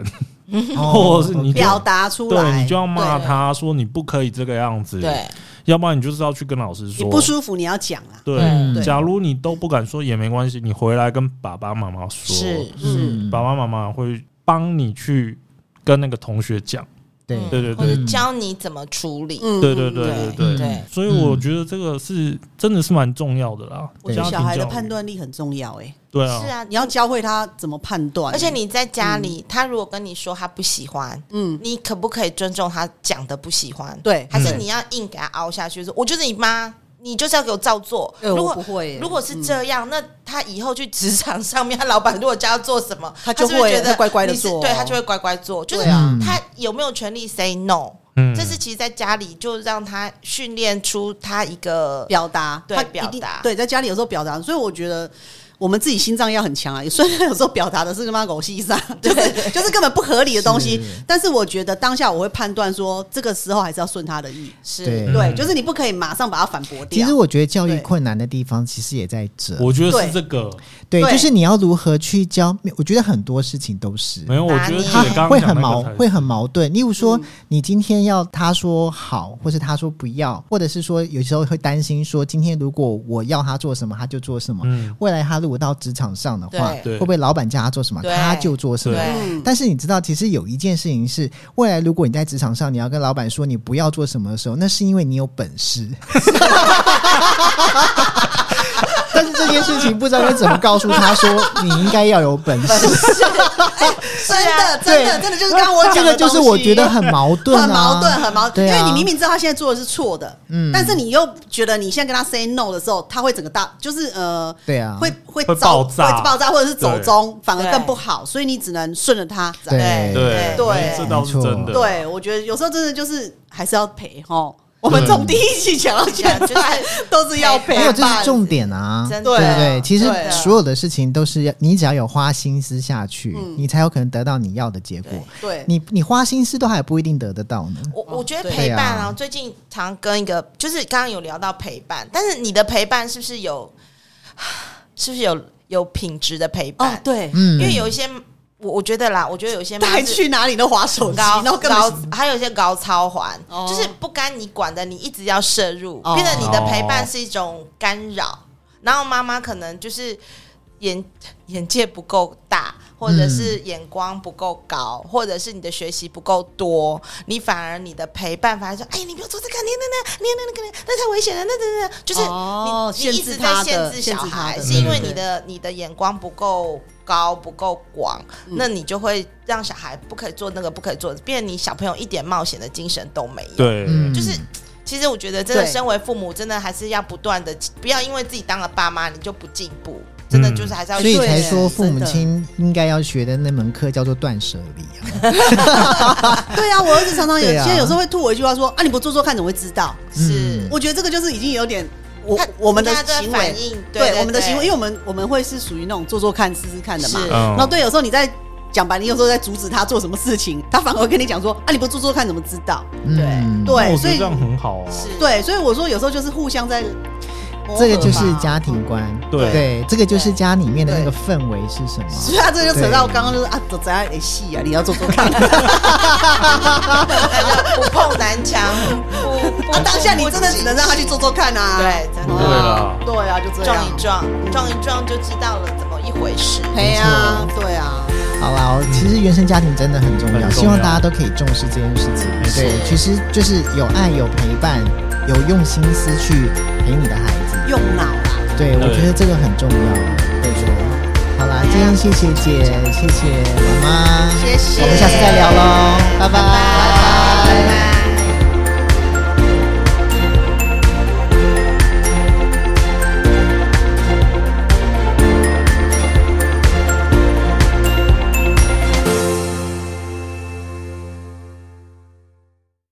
或者是你就表达出对来，你就要骂对他说你不可以这个样子，对，要不然你就是要去跟老师你说不舒服你要讲啊。对，嗯对假如你都不敢说也没关系，你回来跟爸爸妈妈说，是是，嗯，爸爸妈妈会帮你去跟那个同学讲。对嗯对对或者对教你怎么处理，嗯对对对嗯对对对所以我觉得这个是真的是蛮重要的啦。我觉家得庭小孩的教育判，断力很重要，哎，对是啊，嗯啊，你要教会他怎么判断。而且，你在家里，他如果跟你说他不喜欢，嗯，你可不可以尊重他讲的不喜欢？嗯对，还是你要硬给他凹下去，说我就是你妈，你就是要给我照做。呃如果我不会嗯耶，如果是这样，那他以后去职场上面，他 老板如果叫他做什么，他就就会会觉得乖乖地你是做哦对他就会乖乖做。就是对啊他有没有权利 say no？嗯，这是其实在家里就让他训练出他一个表达，对他一定表达对，在家里有时候表达，所以我觉得。我们自己心脏要很强啊， 虽然有时候表达的是他妈狗屁啥，就是就是根本不合理的东西是，但是我觉得当下我会判断说，这个时候还是要顺他的意，是对对，嗯就是你不可以马上把他反驳其掉实。我觉得教育对困难的地方，其实也在这。我觉得是对这个，对，对就是你要如何去教，我觉得很多事情都是，没有，我觉得拿姐捏刚啊会刚很讲那矛个才会很矛盾。例如说嗯，你今天要他说好，或是他说不要，或者是说有时候会担心说，今天如果我要他做什么，他就做什么。嗯，未来他如果到职场上的话，对会不会老板叫他做什么，对他就做什么？对嗯，但是你知道，其实有一件事情是，未来如果你在职场上，你要跟老板说你不要做什么的时候，那是因为你有本事。但是这件事情不知道该怎么告诉他说，你应该要有本事。真的，真对的，真的就是刚刚我这讲的个就是东西我觉得很矛盾、啊， 很矛盾，很矛盾，对啊因为你明明知道他现在做的是错的，嗯但是你又觉得你现在跟他 say no 的时候，他会整个大，就是呃，对啊，会会会遭爆炸会爆炸，或者是走对中，反而对更不好，所以你只能顺着他。对对对这倒是没错真的，对，我觉得有时候真的就是还是要赔哦。我们从第一期讲到现 对在都是要赔啊没吧，有，这是重点啊，真的对不对？其实对啊所有的事情都是要你只要有花心思下去，你才有可能得到你要的结果。嗯对，你你花心思都还不一定得得到呢。我我觉得哦对陪伴对啊，啊最近常跟一个，就是刚刚有聊到陪伴，但是你的陪伴是不是有， 是不是有有品质的陪哦伴？，对，嗯，因为有一些，我我觉得啦，我觉得有一些妈带是去哪里都划手机，高然后根高本，还有一些高超环，哦就是不干你管的，你一直要摄入，哦变得你的陪伴是一种干扰。然后妈妈可能就是眼眼界不够大，或者是眼光不够高，或者是你的学习不够多，你反而你的陪伴反而说：“哎，你不要做这个，你那那，你那那个，那太危险了，那那那，就是你、哦你一限制直在他限的制限小制他孩，的是因为对你的你的眼光不够。”高不够广，嗯那你就会让小孩不可以做那个，不可以做，变成你小朋友一点冒险的精神都没有。，对，嗯就是其实我觉得，真的对身为父母，真的还是要不断的，不要因为自己当了爸妈你就不进步，真的嗯就是还是要所以学才习说父母亲应该要学的那门课叫做断舍离 啊。对啊，我儿子常常有，对啊现在有时候会吐我一句话说啊，你不做做看怎么会知道？是嗯我觉得这个就是已经有点我他我们的大家都在行反为，应，对对我们的行为，因为我们我们会是属于那种做做看、试试看的嘛是。嗯然后对，有时候你在讲白，你有时候在阻止他做什么事情，他反而会跟你讲说啊，你不做做看怎么知道？嗯对那我觉所得以这样很好啊，是对，所以我说有时候就是互相在这个就是家庭观，对对，这个就是家里面的那个对氛围是什么？所以他这个就扯到我刚刚就是啊，怎怎样得戏啊，你要做做看。 不碰南墙，不不 啊，当下你真的只能让他去做做看啊。对真的哦对啦对啊，就这撞样。一撞，撞一撞就知道了怎么一回事。嘿啊，对啊，好啦，哦其实原生家庭真的很重要，很重要希望大家都可以重视这件事情。对，其实就是有爱、有陪伴、有用心思去陪你的孩子。用脑啊啦。对，我对觉得这个很重要。对，好啦，今天谢谢姐，谢谢妈妈，谢谢我们下次再聊喽，拜拜拜拜。